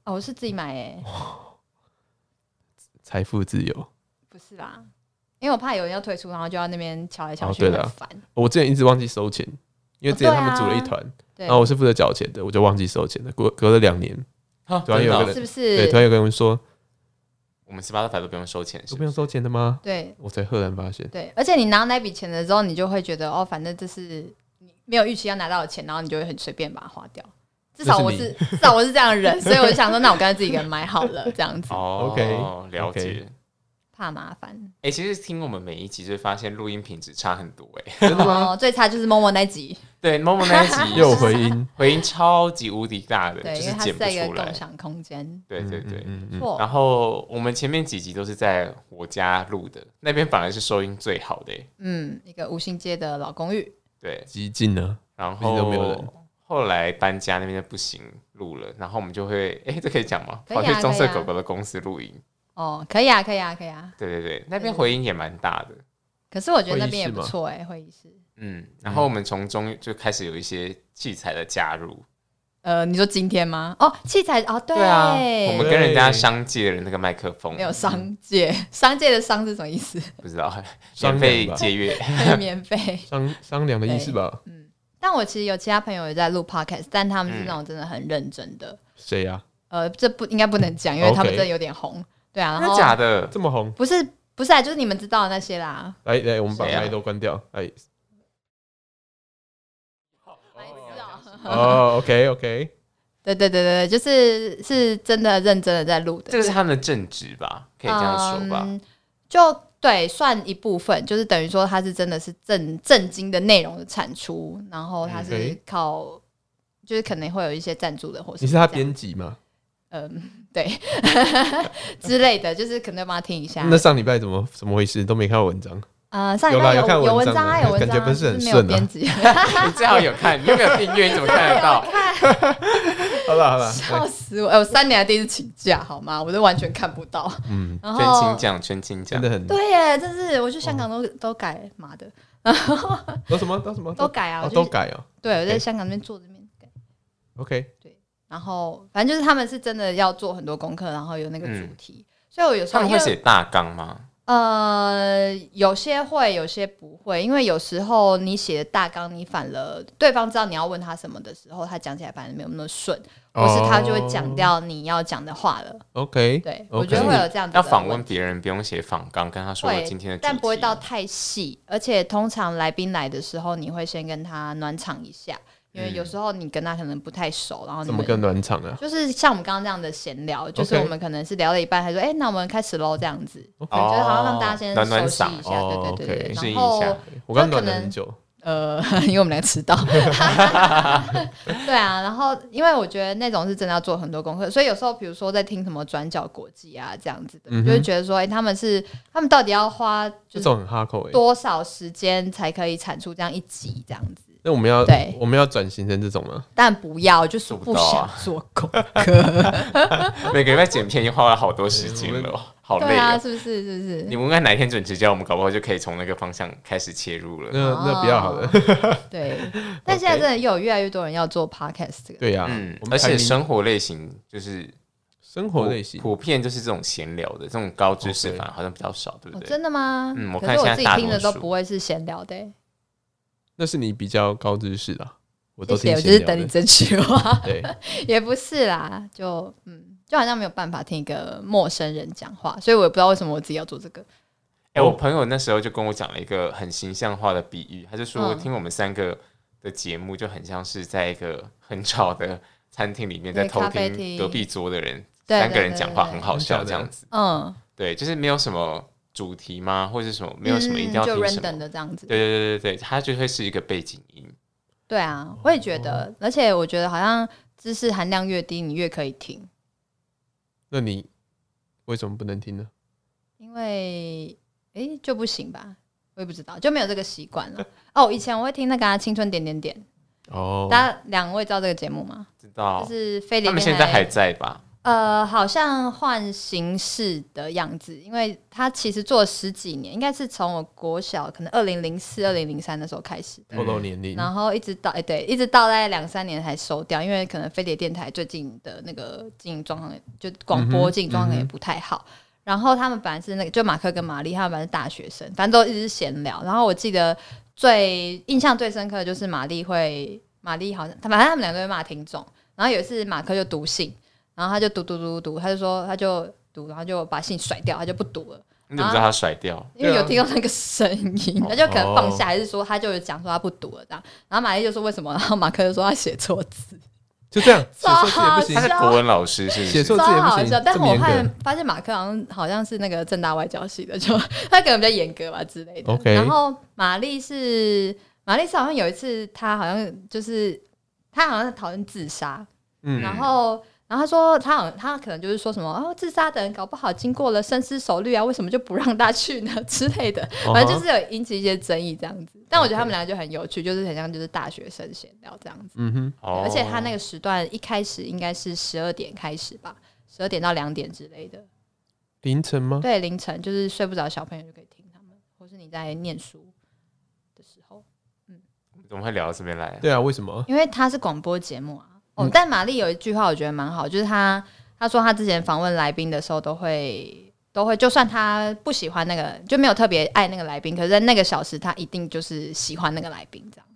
[SPEAKER 3] 哦，我是自己买诶、
[SPEAKER 2] 财富自由。
[SPEAKER 3] 不是啦，因为我怕有人要退出，然后就要那边瞧来瞧去，
[SPEAKER 2] 哦对啦
[SPEAKER 3] 很烦。
[SPEAKER 2] 我之前一直忘记收钱，因为之前他们组了一团，
[SPEAKER 3] 哦啊对，
[SPEAKER 2] 然后我是负责缴钱的，我就忘记收钱了。隔隔了两年，
[SPEAKER 1] 啊
[SPEAKER 2] 突然
[SPEAKER 1] 真的
[SPEAKER 2] 有
[SPEAKER 1] 哦
[SPEAKER 2] 一个
[SPEAKER 3] 是不
[SPEAKER 2] 对，
[SPEAKER 3] 是
[SPEAKER 2] 突？然有个人说
[SPEAKER 1] 我们十八大牌都不用收钱，是不
[SPEAKER 2] 都不
[SPEAKER 1] 是
[SPEAKER 2] 用收钱的吗？
[SPEAKER 3] 对
[SPEAKER 2] 我才赫然发现，
[SPEAKER 3] 对，而且你拿到那笔钱的时候，你就会觉得哦，反正这是你没有预期要拿到的钱，然后你就会很随便把它花掉。至少我
[SPEAKER 2] 这
[SPEAKER 3] 是 [LAUGHS]
[SPEAKER 2] 是
[SPEAKER 3] 至少我是这样的人，所以我就想说，那我干脆自己一个人买好了，这样子
[SPEAKER 1] 哦
[SPEAKER 2] OK，
[SPEAKER 1] 了解。哎哎
[SPEAKER 2] OK
[SPEAKER 3] 怕麻烦。
[SPEAKER 1] 其实听我们每一集，就会发现录音品质差很多哎、
[SPEAKER 2] 真的吗？
[SPEAKER 3] 哦，最差就是默默那集，
[SPEAKER 1] [LAUGHS] 对，Momo 那一集
[SPEAKER 2] [LAUGHS] 又有回音，
[SPEAKER 1] 回音超级无敌大的，
[SPEAKER 3] 对，
[SPEAKER 1] 就
[SPEAKER 3] 因
[SPEAKER 1] 是
[SPEAKER 3] 为它
[SPEAKER 1] 剪
[SPEAKER 3] 是
[SPEAKER 1] 不
[SPEAKER 3] 在一个
[SPEAKER 1] 出
[SPEAKER 3] 共
[SPEAKER 1] 来。
[SPEAKER 3] 享空间。
[SPEAKER 1] [LAUGHS] 对对对。
[SPEAKER 2] 嗯嗯嗯
[SPEAKER 3] 错
[SPEAKER 1] 然后我们前面几集都是在我家录的，那边反而是收音最好的、哎
[SPEAKER 3] 嗯，一个五星街的老公寓，
[SPEAKER 1] 对，
[SPEAKER 2] 激进啊呢？
[SPEAKER 1] 然
[SPEAKER 2] 毕竟都没有人
[SPEAKER 1] 后后来搬家那边就不行录了，然后我们就会哎、这可以讲吗？
[SPEAKER 3] 可以啊
[SPEAKER 1] 跑去棕色
[SPEAKER 3] 可以啊
[SPEAKER 1] 狗狗的公司录音。
[SPEAKER 3] 哦，可以啊，可以啊，可以啊。
[SPEAKER 1] 对对对，那边回音也蛮大的。
[SPEAKER 3] 可是我觉得那
[SPEAKER 2] 会议
[SPEAKER 3] 边也
[SPEAKER 2] 室
[SPEAKER 3] 不
[SPEAKER 2] 吗
[SPEAKER 3] 错哎、会议室。
[SPEAKER 1] 嗯，然后我们从中就开始有一些器材的加入，
[SPEAKER 3] 呃，你说今天吗？哦，器材哦，对，
[SPEAKER 1] 啊，我们跟人家
[SPEAKER 2] 对
[SPEAKER 1] 商借了那个麦克风，
[SPEAKER 3] 没有商界，商界的商是什么意思？
[SPEAKER 1] 不知道，
[SPEAKER 2] 商
[SPEAKER 1] 免费
[SPEAKER 2] 量吧
[SPEAKER 1] 借阅，
[SPEAKER 3] 哦免费。
[SPEAKER 2] 商商量的意思吧？
[SPEAKER 3] 嗯但我其实有其他朋友也在录 podcast，但他们是
[SPEAKER 1] 嗯
[SPEAKER 3] 那种真的很认真的。
[SPEAKER 2] 谁啊呀？
[SPEAKER 3] 呃，这不应该不能讲，因为他们
[SPEAKER 2] OK
[SPEAKER 3] 真的有点红。对
[SPEAKER 1] 嗯
[SPEAKER 3] 啊，
[SPEAKER 1] 真
[SPEAKER 3] 然
[SPEAKER 1] 的
[SPEAKER 3] 后
[SPEAKER 1] 假的？
[SPEAKER 2] 这么红？
[SPEAKER 3] 不是不是啊，就是你们知道的那些啦。
[SPEAKER 2] 来来，我们把
[SPEAKER 1] 谁啊
[SPEAKER 2] 麦都关掉。
[SPEAKER 3] [LAUGHS]
[SPEAKER 2] 哎，
[SPEAKER 3] 白痴哦
[SPEAKER 2] 哦，OK OK，
[SPEAKER 3] 对对对对对，就是是真的认真的在录的。
[SPEAKER 1] 这个是他们的正职吧？可以这样说吧？
[SPEAKER 3] 嗯、就对，算一部分，就是等于说它是真的是正正经的内容的产出，然后它
[SPEAKER 1] 嗯
[SPEAKER 3] 是
[SPEAKER 2] OK
[SPEAKER 3] 靠，就是可能会有一些赞助的或是
[SPEAKER 2] 你是他
[SPEAKER 3] 这样
[SPEAKER 2] 编辑吗？
[SPEAKER 3] 嗯 [LAUGHS] 对之类的，就是可能帮他听一下。
[SPEAKER 2] 那上礼拜怎么怎么回事？都没看到文章，
[SPEAKER 3] 呃，上礼
[SPEAKER 2] 有啦
[SPEAKER 3] 拜
[SPEAKER 2] 有看
[SPEAKER 3] 有
[SPEAKER 2] 文
[SPEAKER 3] 文
[SPEAKER 2] 章
[SPEAKER 3] 章啊，
[SPEAKER 2] 的
[SPEAKER 3] 有文
[SPEAKER 2] 感
[SPEAKER 3] 章啊，
[SPEAKER 2] 觉不是很
[SPEAKER 3] 只没有
[SPEAKER 2] 顺啊
[SPEAKER 3] 编辑， [LAUGHS]
[SPEAKER 1] 你最好有看，你又没有订阅，你怎么看得 [LAUGHS] 到？
[SPEAKER 2] 好了好了，
[SPEAKER 3] 笑死我！哎，我三年来第一次请假，好吗？我都完全看不到。
[SPEAKER 2] 嗯，
[SPEAKER 3] 然
[SPEAKER 1] 全勤
[SPEAKER 3] 后
[SPEAKER 1] 奖，全勤奖
[SPEAKER 2] 真的，很
[SPEAKER 3] 对耶，真是我去香
[SPEAKER 2] 哦
[SPEAKER 3] 港都都改，妈的
[SPEAKER 2] 都什么都什么
[SPEAKER 3] 都改啊！
[SPEAKER 2] 哦
[SPEAKER 3] 我
[SPEAKER 2] 都
[SPEAKER 3] 就
[SPEAKER 2] 改哦。
[SPEAKER 3] 对，我在
[SPEAKER 2] OK
[SPEAKER 3] 香港那边坐这边改。
[SPEAKER 2] OK，
[SPEAKER 3] 然后反正就是他们是真的要做很多功课，然后有那个主
[SPEAKER 1] 嗯
[SPEAKER 3] 题，所以我有时
[SPEAKER 1] 他
[SPEAKER 3] 候
[SPEAKER 1] 们
[SPEAKER 3] 因
[SPEAKER 1] 会
[SPEAKER 3] 为
[SPEAKER 1] 写大纲吗？
[SPEAKER 3] 呃有些会，有些不会，因为有时候你写的大纲，你反了对方知道你要问他什么的时候，他讲起来反而没有那么顺，或
[SPEAKER 2] 哦
[SPEAKER 3] 是他就会讲掉你要讲的话了。
[SPEAKER 2] OK，
[SPEAKER 3] 对
[SPEAKER 2] OK
[SPEAKER 3] 我觉得会有这样子的
[SPEAKER 1] 要访
[SPEAKER 3] 问
[SPEAKER 1] 问
[SPEAKER 3] 题
[SPEAKER 1] 别人，不用写访纲，跟他说我
[SPEAKER 3] 哦会
[SPEAKER 1] 今天的主题，
[SPEAKER 3] 但不会到太细，而且通常来宾来的时候，你会先跟他暖场一下，因为
[SPEAKER 1] 嗯
[SPEAKER 3] 有时候你跟他可能不太熟，然后你
[SPEAKER 2] 怎么
[SPEAKER 3] 们
[SPEAKER 2] 个暖场啊
[SPEAKER 3] 就是像我们刚刚这样的闲聊，就是
[SPEAKER 2] OK
[SPEAKER 3] 我们可能是聊了一半，还说哎、那我们开始喽这样子，
[SPEAKER 2] ？OK，
[SPEAKER 3] 就是好像让大家先
[SPEAKER 1] 哦暖暖
[SPEAKER 3] 熟悉
[SPEAKER 1] 嗓
[SPEAKER 3] 一下，
[SPEAKER 2] 哦
[SPEAKER 3] 对对对
[SPEAKER 2] OK
[SPEAKER 1] 适
[SPEAKER 3] 对。
[SPEAKER 1] 应一
[SPEAKER 3] 然后
[SPEAKER 1] 下
[SPEAKER 2] 我刚
[SPEAKER 3] 就可
[SPEAKER 2] 暖了
[SPEAKER 3] 能
[SPEAKER 2] 很久。
[SPEAKER 3] 呃， [LAUGHS] 因为我们俩迟到，对啊。然后因为我觉得那种是真的要做很多功课，所以有时候比如说在听什么转角国际啊这样子的，
[SPEAKER 2] 嗯哼
[SPEAKER 3] 就会觉得说哎、他们是他们到底要花
[SPEAKER 2] 这
[SPEAKER 3] 就是
[SPEAKER 2] 种很哈口哎、欸，
[SPEAKER 3] 多少时间才可以产出这样一集这样子？
[SPEAKER 2] 那我们要
[SPEAKER 3] 对
[SPEAKER 2] 我们要转型成这种吗？
[SPEAKER 3] 但不要，就是
[SPEAKER 1] 做不
[SPEAKER 3] 不
[SPEAKER 1] 到
[SPEAKER 3] 想
[SPEAKER 1] 啊
[SPEAKER 3] 做功。
[SPEAKER 1] [LAUGHS] 每个礼拜剪片已经花了好多时间了哦， [LAUGHS] 好
[SPEAKER 3] 对
[SPEAKER 1] 累
[SPEAKER 3] 啊，
[SPEAKER 1] 哦。
[SPEAKER 3] 是不是？是不是？
[SPEAKER 1] 你们应该哪一天准指教我们，搞不好就可以从那个方向开始切入了。
[SPEAKER 2] 那那比较好的，
[SPEAKER 3] 哦。对，但现在
[SPEAKER 2] OK
[SPEAKER 3] 真的又有越来越多人要做 podcast 这
[SPEAKER 2] [LAUGHS]
[SPEAKER 3] 个。
[SPEAKER 2] 对呀、
[SPEAKER 1] 嗯
[SPEAKER 2] 啊我，们
[SPEAKER 1] 而且
[SPEAKER 2] 排名
[SPEAKER 1] 生活类型就是
[SPEAKER 2] 生活类型哦
[SPEAKER 1] 普遍就是这种闲聊的，这种高知识反而好像比较少，对不
[SPEAKER 3] 哦，
[SPEAKER 1] 对？
[SPEAKER 3] 真的吗？
[SPEAKER 1] 嗯我
[SPEAKER 3] 可
[SPEAKER 1] 看
[SPEAKER 3] 是我
[SPEAKER 1] 现在
[SPEAKER 3] 自己
[SPEAKER 1] 大
[SPEAKER 3] 听的
[SPEAKER 1] 多
[SPEAKER 3] 都
[SPEAKER 1] 数
[SPEAKER 3] 不会是闲聊的欸、
[SPEAKER 2] 那是你比较高知识的，我都
[SPEAKER 3] 谢谢，
[SPEAKER 2] 听
[SPEAKER 3] 我就
[SPEAKER 2] 闲
[SPEAKER 3] 是
[SPEAKER 2] 聊
[SPEAKER 3] 等你
[SPEAKER 2] 的
[SPEAKER 3] 这句话， [LAUGHS]
[SPEAKER 2] 对，
[SPEAKER 3] 也不是啦，就嗯，就好像没有办法听一个陌生人讲话，所以我也不知道为什么我自己要做这个。
[SPEAKER 1] 哎、
[SPEAKER 3] 哦
[SPEAKER 1] 我朋友那时候就跟我讲了一个很形象化的比喻，他就说
[SPEAKER 3] 嗯
[SPEAKER 1] 听我们三个的节目就很像是在一个很吵的餐厅里面在
[SPEAKER 3] 对
[SPEAKER 1] 偷
[SPEAKER 3] 咖啡
[SPEAKER 1] 听
[SPEAKER 3] 厅
[SPEAKER 1] 隔壁桌的人
[SPEAKER 3] 对
[SPEAKER 1] 三个
[SPEAKER 3] 对
[SPEAKER 1] 人
[SPEAKER 3] 对
[SPEAKER 1] 讲
[SPEAKER 3] 对
[SPEAKER 1] 话
[SPEAKER 3] 对
[SPEAKER 1] 很好
[SPEAKER 2] 真
[SPEAKER 1] 笑
[SPEAKER 2] 的
[SPEAKER 1] 这
[SPEAKER 2] 假的
[SPEAKER 1] 样子，
[SPEAKER 3] 嗯，
[SPEAKER 1] 对，就是没有什么主题吗，或者什么没有什么一定
[SPEAKER 3] 嗯
[SPEAKER 1] 要
[SPEAKER 3] 就
[SPEAKER 1] 听什么
[SPEAKER 3] random，的这样子。
[SPEAKER 1] 对对对对对，它就会是一个背景音，
[SPEAKER 3] 对啊，我也觉
[SPEAKER 2] 哦
[SPEAKER 3] 得，而且我觉得好像知识含量越低，你越可以听，
[SPEAKER 2] 那你为什么不能听呢？
[SPEAKER 3] 因为诶就不行吧，我也不知道，就没有这个习惯
[SPEAKER 1] [LAUGHS]
[SPEAKER 3] 了。哦，以前我会听那个、啊《青春点点点》，
[SPEAKER 2] 哦，
[SPEAKER 3] 大家两位知道这个节目吗？
[SPEAKER 1] 知道？
[SPEAKER 3] 就是非
[SPEAKER 1] 他
[SPEAKER 3] 联
[SPEAKER 1] 们现在还在吧？
[SPEAKER 3] 呃，好像换形式的样子，因为他其实做了十几年，应该是从我国小可能二零零四、二零零三的时候开始的。
[SPEAKER 2] 透露年龄，
[SPEAKER 3] 然后一直到哎、对，一直到大概两三年才收掉，因为可能飞碟电台最近的那个经营状况也，就广播经营状况也不太好。然后他们本来是那个，就马克跟玛丽，他们本来是大学生，反正都一直是闲聊。然后我记得最印象最深刻的就是玛丽会，玛丽好像，反正他们两个会骂听众。然后有一次马克就读信，然后他就读读读读，他就说他就读，然后就把信甩掉，他就不读了。
[SPEAKER 1] 你怎么知道他甩掉？
[SPEAKER 3] 因为
[SPEAKER 2] 对啊哦
[SPEAKER 3] 有听到那个声音，他就可能放下，还是说他就有讲说他不读了这样。然后玛丽就说为什么？然后马克就说他写错字，
[SPEAKER 2] 就这样，写
[SPEAKER 3] [LAUGHS] 超
[SPEAKER 2] 错字也
[SPEAKER 1] 他
[SPEAKER 2] 不行
[SPEAKER 3] 好 [LAUGHS]
[SPEAKER 1] 是
[SPEAKER 3] 笑
[SPEAKER 1] 国文老师是不
[SPEAKER 2] 写
[SPEAKER 1] 是？
[SPEAKER 2] [LAUGHS] 错
[SPEAKER 3] 超
[SPEAKER 2] 字也不
[SPEAKER 3] 好笑。
[SPEAKER 2] 行，
[SPEAKER 3] 但
[SPEAKER 2] 这
[SPEAKER 3] 是
[SPEAKER 2] 么
[SPEAKER 3] 我
[SPEAKER 2] 严
[SPEAKER 3] 发
[SPEAKER 2] 格
[SPEAKER 3] 现发现马克好像好像是那个正大外交系的，就 [LAUGHS] 他可能比较严格吧之类的。
[SPEAKER 2] OK
[SPEAKER 3] 然后玛丽是玛丽是好像有一次她好像就是她好像在讨论自杀，
[SPEAKER 2] 嗯，
[SPEAKER 3] 然后。然后他说，他好像他可能就是说什么哦，自杀的人搞不好经过了深思熟虑啊，为什么就不让他去呢 [LAUGHS] 之类的？反正就是是有引起一些争议这样子。但我觉得
[SPEAKER 2] OK
[SPEAKER 3] 他们俩就很有趣，就是很像就是大学生闲聊这样子。
[SPEAKER 2] 嗯哼，
[SPEAKER 1] 哦
[SPEAKER 3] 而且他那个时段一开始应该是十二点开始吧，十二点到两点之类的。
[SPEAKER 2] 凌晨吗？
[SPEAKER 3] 对，凌晨就是睡不着的小朋友就可以听他们，或是你在念书的时候，
[SPEAKER 1] 怎么会聊到这边来啊？
[SPEAKER 2] 对啊，为什么？
[SPEAKER 3] 因为他是广播节目啊。哦
[SPEAKER 2] 嗯，
[SPEAKER 3] 但玛丽有一句话我觉得蛮好，就是她她说她之前访问来宾的时候都会都会，就算她不喜欢那个，就没有特别爱那个来宾，可是在那个小时她一定就是喜欢那个来宾这样。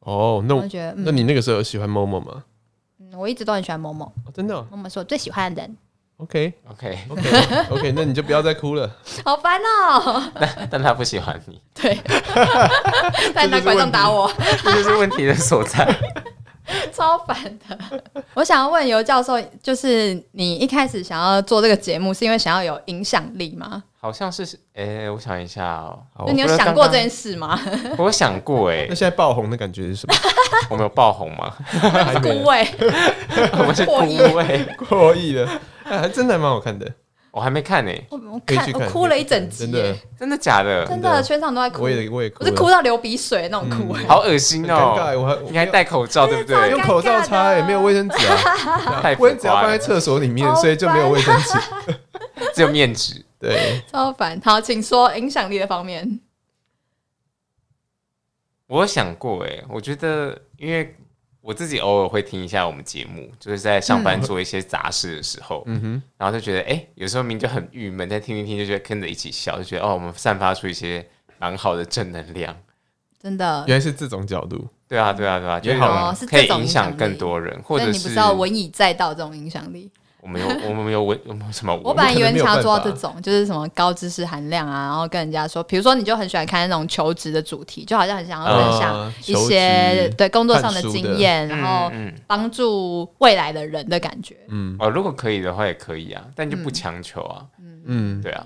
[SPEAKER 2] 哦，那
[SPEAKER 3] 我
[SPEAKER 2] 我
[SPEAKER 3] 就觉得，嗯
[SPEAKER 2] 那，你那个时候有喜欢某某吗？
[SPEAKER 3] 嗯，我一直都很喜欢某某，
[SPEAKER 2] 哦真的哦
[SPEAKER 3] 某某是我最喜欢的人，
[SPEAKER 2] ，OK
[SPEAKER 1] OK， [LAUGHS]
[SPEAKER 2] OK OK，那你就不要再哭了，
[SPEAKER 3] 好烦哦、
[SPEAKER 1] 但他不喜欢你， [LAUGHS]
[SPEAKER 3] 对，在拿拐杖打我，
[SPEAKER 1] 这就是问题的所在。
[SPEAKER 3] [LAUGHS] 超烦的。我想要问尤教授，就是你一开始想要做这个节目，是因为想要有影响力吗？
[SPEAKER 1] 好像是，哎、我想一下哦，
[SPEAKER 2] 好
[SPEAKER 3] 就你有
[SPEAKER 1] 不是
[SPEAKER 3] 想过
[SPEAKER 1] 刚
[SPEAKER 3] 这
[SPEAKER 1] 刚
[SPEAKER 3] 件事吗？
[SPEAKER 1] 我有想过、
[SPEAKER 2] 那
[SPEAKER 3] [LAUGHS]
[SPEAKER 1] 哎，
[SPEAKER 2] 现在爆红的感觉是什么？
[SPEAKER 1] 我们有爆红吗？
[SPEAKER 2] 还没 [LAUGHS]
[SPEAKER 3] 顾问
[SPEAKER 1] [LAUGHS] 我们是
[SPEAKER 3] 破
[SPEAKER 1] 顾
[SPEAKER 3] 亿
[SPEAKER 1] 位，
[SPEAKER 2] 过亿了，哎还真的还蛮好看的。
[SPEAKER 1] [LAUGHS] 我还没看呢、
[SPEAKER 3] 我我
[SPEAKER 2] 可以
[SPEAKER 3] 看
[SPEAKER 2] 去
[SPEAKER 3] 我
[SPEAKER 2] 看，
[SPEAKER 3] 哭了一整集
[SPEAKER 2] 真
[SPEAKER 3] 耶
[SPEAKER 2] 的，，
[SPEAKER 1] 真的假的？
[SPEAKER 3] 真
[SPEAKER 2] 真
[SPEAKER 3] 的
[SPEAKER 2] 的
[SPEAKER 3] 全场都在哭，
[SPEAKER 2] 我也我也哭
[SPEAKER 3] 我
[SPEAKER 2] 了，嗯
[SPEAKER 3] 是哭到流鼻水那种哭， [LAUGHS]
[SPEAKER 1] 好恶心
[SPEAKER 2] 很
[SPEAKER 1] 哦、
[SPEAKER 2] 尴尬，我还我
[SPEAKER 1] 你还戴口罩对不
[SPEAKER 3] 对
[SPEAKER 1] 对
[SPEAKER 2] 用？口罩擦，也没有卫生纸啊，
[SPEAKER 1] 太浮
[SPEAKER 2] 卫生纸要
[SPEAKER 1] 夸
[SPEAKER 2] 放在
[SPEAKER 1] 了，
[SPEAKER 2] 厕所里面
[SPEAKER 3] 好，啊
[SPEAKER 2] 所以就没有卫生纸。
[SPEAKER 1] 只有面纸。
[SPEAKER 2] [LAUGHS] 对，
[SPEAKER 3] 超烦。好，请说影响力的方面，
[SPEAKER 1] 我有想过哎、我觉得因为我自己偶尔会听一下我们节目，就是在上班做一些杂事的时候，
[SPEAKER 2] 嗯哼，
[SPEAKER 1] 然后就觉得哎、有时候明明就很郁闷，但听一听就觉得跟着一起笑，就觉得哦，我们散发出一些蛮好的正能量。
[SPEAKER 3] 真的。
[SPEAKER 2] 原来是这种角度，
[SPEAKER 1] 对啊，对啊，对啊，觉得
[SPEAKER 2] 有
[SPEAKER 1] 好
[SPEAKER 3] 哦是
[SPEAKER 1] 可以
[SPEAKER 3] 嗯这种
[SPEAKER 1] 影
[SPEAKER 3] 影
[SPEAKER 1] 响
[SPEAKER 3] 响
[SPEAKER 1] 更
[SPEAKER 3] 力
[SPEAKER 1] 多人，或
[SPEAKER 3] 所以
[SPEAKER 1] 者
[SPEAKER 3] 你不
[SPEAKER 1] 是
[SPEAKER 3] 知道文以载道这种影响力，
[SPEAKER 1] 我们有我们有文我们有什么文
[SPEAKER 3] 我本来
[SPEAKER 2] 可
[SPEAKER 3] 以
[SPEAKER 2] 能
[SPEAKER 3] 为你
[SPEAKER 2] 没有
[SPEAKER 3] 想要做到
[SPEAKER 2] 办
[SPEAKER 3] 这
[SPEAKER 2] 法
[SPEAKER 3] 种，就是什么高知识含量啊，然后跟人家说，比如说你就很喜欢看那种求职的主题，就好像很想要分享
[SPEAKER 2] 啊
[SPEAKER 3] 一些、
[SPEAKER 2] 求职
[SPEAKER 3] 对工作上
[SPEAKER 2] 看
[SPEAKER 3] 的
[SPEAKER 2] 书的
[SPEAKER 3] 经验，
[SPEAKER 1] 嗯
[SPEAKER 3] 然后
[SPEAKER 1] 嗯
[SPEAKER 3] 帮助未来的人的感觉。
[SPEAKER 2] 嗯
[SPEAKER 1] 哦，如果可以的话也可以啊，但就不
[SPEAKER 3] 嗯
[SPEAKER 1] 强求啊。
[SPEAKER 2] 嗯，
[SPEAKER 1] 对啊，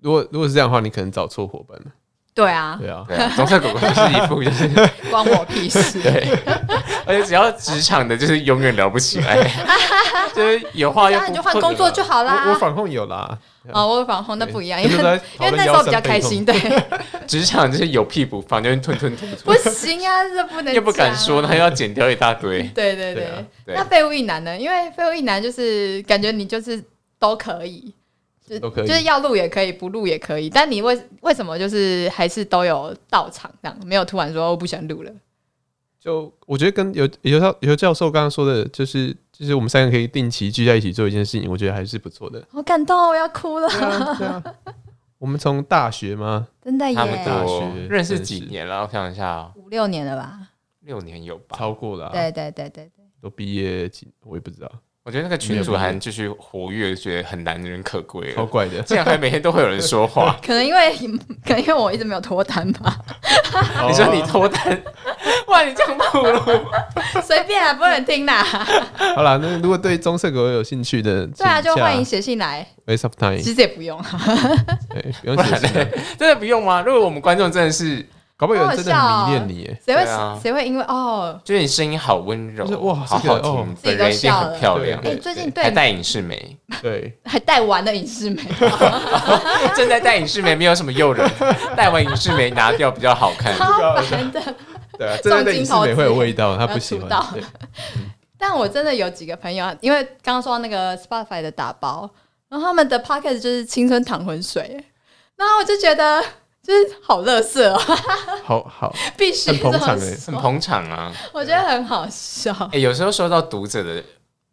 [SPEAKER 2] 如果如果是这样的话，你可能找错伙伴了。
[SPEAKER 3] 对啊，
[SPEAKER 2] 对啊，
[SPEAKER 1] 对啊，棕色狗狗就是一副就是， [LAUGHS]
[SPEAKER 3] 关我屁事。
[SPEAKER 1] 而且只要职场的，就是永远聊不起
[SPEAKER 3] [LAUGHS]
[SPEAKER 1] 来，就是有话
[SPEAKER 3] 这
[SPEAKER 1] 又不
[SPEAKER 3] 样啊你就换工作就好啦。
[SPEAKER 2] 我我反控有啦，
[SPEAKER 3] 哦，我反红那不一样，因
[SPEAKER 2] 对
[SPEAKER 3] 为
[SPEAKER 2] 就在
[SPEAKER 3] 因
[SPEAKER 2] 讨
[SPEAKER 3] 为
[SPEAKER 2] 论
[SPEAKER 3] 那时候
[SPEAKER 2] 腰
[SPEAKER 3] 比较
[SPEAKER 2] 酸背
[SPEAKER 3] 开心，对，
[SPEAKER 1] 职场就是有屁不放，就是吞吞吐吐，
[SPEAKER 3] 不行啊，这不
[SPEAKER 2] [LAUGHS]
[SPEAKER 3] 能
[SPEAKER 1] 又不敢
[SPEAKER 3] 讲啊
[SPEAKER 1] 说，然后又要剪掉一大堆。
[SPEAKER 3] 对对
[SPEAKER 2] 对
[SPEAKER 3] 对，
[SPEAKER 2] 啊
[SPEAKER 1] 对
[SPEAKER 3] 那废物一男呢？因为废物一男就是感觉你就是都可以，就
[SPEAKER 2] 都可以
[SPEAKER 3] 就是要录也可以，不录也可以。但你为为什么就是还是都有到场这样，没有突然说哦我不想录了？
[SPEAKER 2] 就我觉得跟尤尤教尤教授刚刚说的，就是就是我们三个可以定期聚在一起做一件事情，我觉得还是不错的。
[SPEAKER 3] 好感动哦，我要哭了，
[SPEAKER 2] 对啊，对啊。我们从大学吗？
[SPEAKER 3] 真的
[SPEAKER 1] 差不
[SPEAKER 3] 耶，
[SPEAKER 1] 多
[SPEAKER 2] 大学
[SPEAKER 1] 认识几
[SPEAKER 2] 认识
[SPEAKER 1] 年了？我想一下哦，
[SPEAKER 3] 五六年了吧？
[SPEAKER 1] 六年有吧？
[SPEAKER 2] 超过了、啊，
[SPEAKER 3] 对对对对对，
[SPEAKER 2] 都毕业几，我也不知道，
[SPEAKER 1] 我觉得那个群主
[SPEAKER 2] 没有
[SPEAKER 1] 还继续活跃，觉得很难能可贵
[SPEAKER 2] 超
[SPEAKER 1] 了。
[SPEAKER 2] 怪
[SPEAKER 3] [LAUGHS]，
[SPEAKER 2] 的。
[SPEAKER 1] 竟然还每天都会有人说
[SPEAKER 2] [LAUGHS]
[SPEAKER 1] 话
[SPEAKER 3] 可能因为可能因为我一直没有脱单吧，
[SPEAKER 1] 你说
[SPEAKER 2] 哦
[SPEAKER 1] 你脱单，哇，你这样暴露，
[SPEAKER 3] 随便啊，不能听啦。
[SPEAKER 2] 好啦，那如果对棕色狗有兴趣的，
[SPEAKER 3] 对啊，就欢迎
[SPEAKER 2] 请
[SPEAKER 3] 写信来，
[SPEAKER 2] 下 Waste of Time，
[SPEAKER 3] 其实也不用啊，
[SPEAKER 2] 对，不
[SPEAKER 1] 不
[SPEAKER 2] 用写 [LAUGHS]
[SPEAKER 1] 然
[SPEAKER 2] 信
[SPEAKER 1] 呢
[SPEAKER 2] 了，？
[SPEAKER 1] 真的不用吗？如果我们观众真的是，
[SPEAKER 2] 搞不好有人真的
[SPEAKER 3] 好好笑哦
[SPEAKER 2] 很迷恋你耶。
[SPEAKER 3] 谁会
[SPEAKER 1] 对啊
[SPEAKER 3] 谁会因为哦，
[SPEAKER 1] 就是你声音好温柔
[SPEAKER 2] 就是，哇
[SPEAKER 1] 好
[SPEAKER 2] 这个
[SPEAKER 1] 好
[SPEAKER 2] 哦
[SPEAKER 1] 听，
[SPEAKER 3] 自己
[SPEAKER 1] 本
[SPEAKER 3] 都
[SPEAKER 1] 人一定
[SPEAKER 3] 笑
[SPEAKER 1] 很
[SPEAKER 3] 了
[SPEAKER 1] 漂亮，
[SPEAKER 3] 哎，
[SPEAKER 2] 对
[SPEAKER 3] 最近
[SPEAKER 1] 还
[SPEAKER 3] 对你
[SPEAKER 1] 戴隐适美， [LAUGHS]
[SPEAKER 3] 哦
[SPEAKER 2] 对，
[SPEAKER 3] 还带完的影视美，
[SPEAKER 1] 正在戴隐适美没有什么诱人，戴完隐适美拿掉比较好看。
[SPEAKER 3] [LAUGHS] 超烦的。
[SPEAKER 2] 对啊，真的对
[SPEAKER 3] 重金
[SPEAKER 2] 影视
[SPEAKER 3] 投
[SPEAKER 2] 美
[SPEAKER 3] 资
[SPEAKER 2] 会有味道，他不
[SPEAKER 3] 要
[SPEAKER 2] 喜
[SPEAKER 3] 出
[SPEAKER 2] 欢
[SPEAKER 3] 道。
[SPEAKER 2] 对
[SPEAKER 3] 但我真的有几个朋友，因为刚刚说到那个 Spotify 的打包，然后他们的 podcast 就是青春淌浑水，然后我就觉得就是好乐色哦， [LAUGHS]
[SPEAKER 2] 好好，
[SPEAKER 3] 必须
[SPEAKER 2] 很
[SPEAKER 3] 这
[SPEAKER 2] 捧
[SPEAKER 3] 么
[SPEAKER 2] 场欸
[SPEAKER 1] 很
[SPEAKER 3] 说，
[SPEAKER 1] 捧场啊！
[SPEAKER 3] 我觉得很好
[SPEAKER 1] [LAUGHS]
[SPEAKER 3] 笑。
[SPEAKER 1] 哎、有时候收到读者的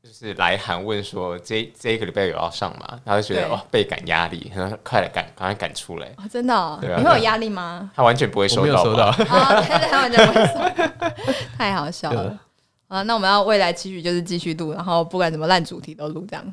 [SPEAKER 1] 就是来函问说这这一个礼拜有要上吗？然后就觉得
[SPEAKER 3] 对
[SPEAKER 1] 哦倍感压力，然后快来赶赶快赶出来。
[SPEAKER 3] 哦、真的、哦，
[SPEAKER 1] 对啊
[SPEAKER 3] 你会有压力吗？
[SPEAKER 1] 他完全不会收
[SPEAKER 2] 我没有
[SPEAKER 1] 到吧，
[SPEAKER 2] 收到，
[SPEAKER 3] 啊，对对，完全不会说，
[SPEAKER 1] [LAUGHS]
[SPEAKER 3] 太好笑
[SPEAKER 2] 对
[SPEAKER 3] 了。啊，那我们要未来期许就是继续录，然后不管什么烂主题都录这样。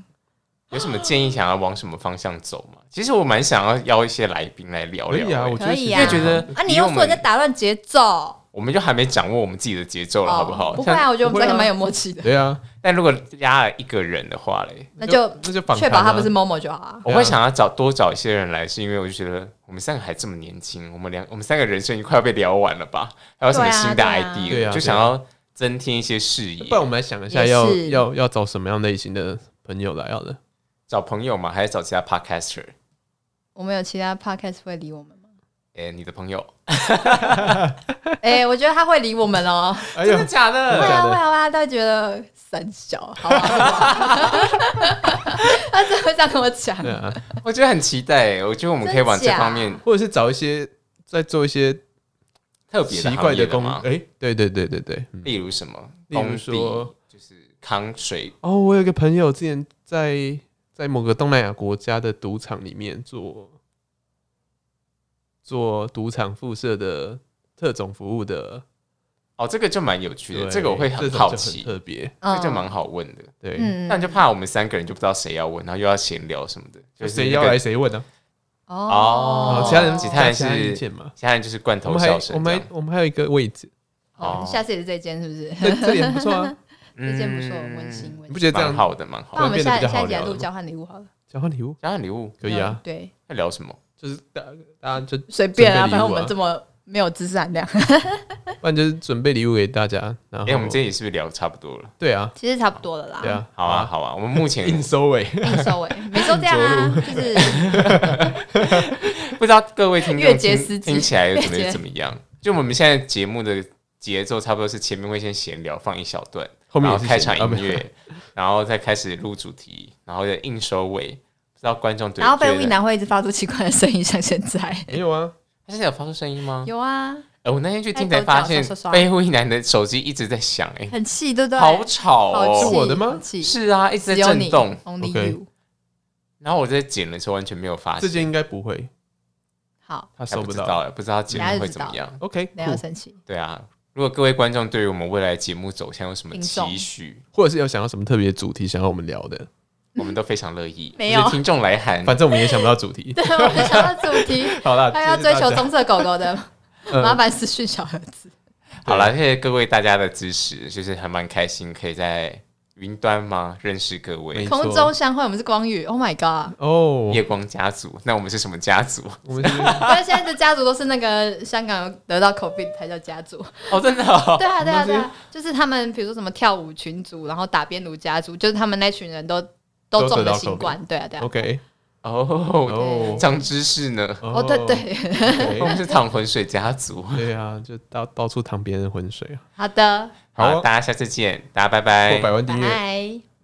[SPEAKER 1] 有什么建议想要往什么方向走吗？其实我蛮想要邀一些来宾来聊
[SPEAKER 2] [LAUGHS] 可
[SPEAKER 1] 聊欸
[SPEAKER 2] 以啊，
[SPEAKER 1] 的，
[SPEAKER 2] 我觉
[SPEAKER 3] 可
[SPEAKER 2] 得
[SPEAKER 3] 以
[SPEAKER 2] 其实
[SPEAKER 1] 因为觉得
[SPEAKER 3] 啊，你
[SPEAKER 1] 以
[SPEAKER 3] 又
[SPEAKER 1] 我
[SPEAKER 3] 说
[SPEAKER 1] 们
[SPEAKER 3] 人家打乱节奏，
[SPEAKER 1] 我们就还没掌握我们自己的节奏了，好不好？
[SPEAKER 3] 不会啊，
[SPEAKER 1] 像
[SPEAKER 3] 我觉得我
[SPEAKER 2] 不会
[SPEAKER 3] 们
[SPEAKER 2] 啊
[SPEAKER 3] 三个蛮有默契的，
[SPEAKER 2] 对啊，
[SPEAKER 1] 但如果压了一个人的话嘞，
[SPEAKER 3] 那就
[SPEAKER 2] 那就访
[SPEAKER 3] 确
[SPEAKER 2] 谈
[SPEAKER 3] 保
[SPEAKER 2] 啊
[SPEAKER 3] 他不是 Momo 就好啊。
[SPEAKER 1] 我会想要找多找一些人来，是因为我就觉得我们三个还这么年轻，我们两我们三个人生已经快要被聊完了吧？还有什么
[SPEAKER 3] 对啊
[SPEAKER 1] 新的
[SPEAKER 3] 对啊
[SPEAKER 1] idea？、
[SPEAKER 2] 对啊啊
[SPEAKER 1] 就想要增添一些视野
[SPEAKER 2] 不。然我们来想一下
[SPEAKER 3] 也
[SPEAKER 2] 要，
[SPEAKER 3] 是
[SPEAKER 2] 要要找什么样类型的朋友来好了。
[SPEAKER 1] 找朋友嘛，还是找其他 podcaster？
[SPEAKER 3] 我们有其他 podcast 会理我们吗？
[SPEAKER 1] 哎、你的朋友？
[SPEAKER 3] 哎、我觉得他会理我们哦。
[SPEAKER 2] 哎呦
[SPEAKER 1] 真的，假的？
[SPEAKER 3] 会
[SPEAKER 2] 假
[SPEAKER 3] 啊
[SPEAKER 2] 的
[SPEAKER 3] 会啊会啊，他会觉得三小，好不好？ [LAUGHS] 他只会这样跟我讲。
[SPEAKER 2] 对啊，
[SPEAKER 1] 我觉得很期待、欸我觉得我们可以往这方面
[SPEAKER 2] 或者是找一些在做一些
[SPEAKER 1] 特别的
[SPEAKER 2] 奇
[SPEAKER 1] 行
[SPEAKER 2] 怪
[SPEAKER 1] 业
[SPEAKER 2] 的工，
[SPEAKER 1] 吗？
[SPEAKER 2] 哎、对对对对对，嗯
[SPEAKER 1] 例如什么？
[SPEAKER 2] 例如说
[SPEAKER 1] 工地就是扛水
[SPEAKER 2] 哦，我有一个朋友之前在在某个东南亚国家的赌场里面做做赌场附设的特种服务的，
[SPEAKER 1] 哦，这个就蛮有趣的，
[SPEAKER 2] 对，
[SPEAKER 1] 这个我会
[SPEAKER 2] 这
[SPEAKER 1] 很
[SPEAKER 2] 种就
[SPEAKER 1] 好奇，
[SPEAKER 2] 特别，
[SPEAKER 1] 这个就蛮好问的。
[SPEAKER 2] 对，
[SPEAKER 3] 嗯
[SPEAKER 1] 但就怕我们三个人就不知道谁要问，然后又要闲聊什么的，
[SPEAKER 2] 就
[SPEAKER 1] 就是
[SPEAKER 2] 嗯谁
[SPEAKER 1] 那
[SPEAKER 2] 要
[SPEAKER 1] 个
[SPEAKER 2] 来谁问呢、啊？
[SPEAKER 1] 哦
[SPEAKER 2] 哦，其他人
[SPEAKER 1] 其
[SPEAKER 2] 其
[SPEAKER 1] 他人
[SPEAKER 2] 他
[SPEAKER 1] 是
[SPEAKER 2] 意见嘛，
[SPEAKER 1] 其他人就是罐
[SPEAKER 2] 我
[SPEAKER 1] 头
[SPEAKER 2] 们还
[SPEAKER 1] 笑声
[SPEAKER 2] 我们还我们还有一个位置，
[SPEAKER 3] 哦
[SPEAKER 1] 哦
[SPEAKER 3] 下次也是这间是不是？
[SPEAKER 2] 这这也不错啊，
[SPEAKER 3] 这
[SPEAKER 1] 这
[SPEAKER 3] 间不错，温馨温
[SPEAKER 2] 你不
[SPEAKER 3] 馨。
[SPEAKER 2] 觉得这
[SPEAKER 1] 蛮
[SPEAKER 2] 样
[SPEAKER 1] 好的，蛮好
[SPEAKER 3] 那
[SPEAKER 1] 的。
[SPEAKER 3] 我们下
[SPEAKER 2] 变得比较
[SPEAKER 3] 下
[SPEAKER 2] 好
[SPEAKER 3] 一集来
[SPEAKER 2] 聊
[SPEAKER 3] 录
[SPEAKER 2] 了
[SPEAKER 3] 交换礼物好了，嗯
[SPEAKER 2] 交换礼物
[SPEAKER 1] 加上礼物
[SPEAKER 2] 可以啊？
[SPEAKER 3] 对，
[SPEAKER 1] 在聊什么？
[SPEAKER 2] 就是大大家就
[SPEAKER 3] 随便啊，
[SPEAKER 2] 准备礼物啊
[SPEAKER 3] 反正我们这么没有知识含量，
[SPEAKER 2] 不然就是准备礼物给大家，然后
[SPEAKER 1] 哎，我们这里是不是聊差不多了？
[SPEAKER 2] 对啊
[SPEAKER 3] [LAUGHS] 其实差不多了啦。
[SPEAKER 2] 对啊， [LAUGHS]
[SPEAKER 1] 好啊，，好啊，我们目前
[SPEAKER 2] 硬收尾，
[SPEAKER 3] [LAUGHS] 硬收尾，没说这样
[SPEAKER 2] [LAUGHS]
[SPEAKER 3] 啊，就是
[SPEAKER 1] 不知道各位听
[SPEAKER 3] 越
[SPEAKER 1] 众
[SPEAKER 3] 节
[SPEAKER 1] 听
[SPEAKER 3] 食指
[SPEAKER 1] 听起来又怎
[SPEAKER 3] [LAUGHS]
[SPEAKER 1] 么
[SPEAKER 3] 越节
[SPEAKER 1] 又怎么样？就我们现在节目的节奏差不多是前面会先闲聊放一小段，
[SPEAKER 2] 后面
[SPEAKER 1] 然
[SPEAKER 2] 也
[SPEAKER 1] 后
[SPEAKER 2] 是
[SPEAKER 1] 开
[SPEAKER 2] 闲
[SPEAKER 1] 场
[SPEAKER 2] 聊啊
[SPEAKER 1] 音
[SPEAKER 2] 没有 [LAUGHS]
[SPEAKER 1] 乐， [LAUGHS] 然后再开始录主题，然后再硬收尾。不知道观众对
[SPEAKER 3] [LAUGHS] 然后被
[SPEAKER 1] 觉得
[SPEAKER 3] 魏南会一直发出奇怪的声音，像现在
[SPEAKER 2] 没有啊，
[SPEAKER 1] 他现在有发出声音
[SPEAKER 2] 嗯
[SPEAKER 1] 吗？
[SPEAKER 3] 有啊，
[SPEAKER 1] 呃，我那天去听
[SPEAKER 3] 在
[SPEAKER 1] 才
[SPEAKER 3] 抖
[SPEAKER 1] 发
[SPEAKER 3] 脚
[SPEAKER 1] 现
[SPEAKER 3] 刷刷，刷
[SPEAKER 1] 被魏男的手机一直在响，哎，
[SPEAKER 3] 很气，对不对？
[SPEAKER 1] 好吵
[SPEAKER 3] 好气
[SPEAKER 1] 哦！
[SPEAKER 2] 是我的吗
[SPEAKER 3] 好气
[SPEAKER 1] 是啊，一直在
[SPEAKER 3] 只有
[SPEAKER 1] 震
[SPEAKER 3] 你
[SPEAKER 1] 动。
[SPEAKER 3] ，Only
[SPEAKER 2] OK
[SPEAKER 3] you。
[SPEAKER 1] 然后我在剪的时候完全没有发
[SPEAKER 2] 这
[SPEAKER 1] 现，
[SPEAKER 2] 件应该不会，
[SPEAKER 3] 好，
[SPEAKER 2] 啊他
[SPEAKER 1] 还
[SPEAKER 2] 收
[SPEAKER 1] 不知
[SPEAKER 2] 到。
[SPEAKER 1] 道哎，不知道节目会怎么样。
[SPEAKER 2] OK，
[SPEAKER 3] 不要
[SPEAKER 2] cool
[SPEAKER 3] 生气。 [LAUGHS]
[SPEAKER 1] 对啊，如果各位观众对于我们未来节目走向有什么期
[SPEAKER 3] [LAUGHS]
[SPEAKER 1] 许，
[SPEAKER 2] 或者是有想要什么特别的主题想要我们聊的，
[SPEAKER 1] 我们都非常乐意。
[SPEAKER 3] 没有
[SPEAKER 1] 我觉得听众来函，
[SPEAKER 2] 反正我们也想不到主 [LAUGHS] 题。
[SPEAKER 3] 对，我们想到主题，
[SPEAKER 2] 好啦，
[SPEAKER 3] 他要
[SPEAKER 2] 谢
[SPEAKER 3] 追
[SPEAKER 2] 谢大
[SPEAKER 3] 求
[SPEAKER 2] 家
[SPEAKER 3] 棕色狗狗的，
[SPEAKER 2] 呃
[SPEAKER 3] 麻烦私讯小盒子。
[SPEAKER 1] 好了，谢谢各位大家的支持，就是还蛮开心，可以在云端吗认识各
[SPEAKER 2] 没
[SPEAKER 1] 位
[SPEAKER 2] 错
[SPEAKER 3] 空中相会，我们是光宇，Oh
[SPEAKER 2] [LAUGHS]
[SPEAKER 3] my god！
[SPEAKER 2] [LAUGHS] 哦，
[SPEAKER 1] 夜光家族。那我们是什么家族？
[SPEAKER 2] 我们是 [LAUGHS]
[SPEAKER 3] 但现在的家族都是那个香港有得到 COVID 才叫家族。
[SPEAKER 1] 哦，真的哦，
[SPEAKER 3] 对啊，对啊，
[SPEAKER 2] 那
[SPEAKER 3] 对
[SPEAKER 2] 是
[SPEAKER 3] 啊，就是他们比如说什么跳舞群组，然后打边炉家族，就是他们那群人都
[SPEAKER 2] 都
[SPEAKER 3] 都中
[SPEAKER 2] 得
[SPEAKER 3] 了
[SPEAKER 2] 到
[SPEAKER 3] 新
[SPEAKER 2] COVID
[SPEAKER 3] 冠。对啊，对啊。
[SPEAKER 2] OK
[SPEAKER 1] 哦，
[SPEAKER 2] 哦
[SPEAKER 1] 长知识呢。
[SPEAKER 3] 哦，对，对， [LAUGHS]
[SPEAKER 1] 我们
[SPEAKER 2] OK，
[SPEAKER 1] 是淌浑水家族。
[SPEAKER 2] 对啊，就到到处淌别人浑水啊。
[SPEAKER 3] 好的，
[SPEAKER 1] 好，
[SPEAKER 2] 好啊
[SPEAKER 1] 大家下次见，大家拜
[SPEAKER 2] 哎破百万订阅。
[SPEAKER 3] 拜。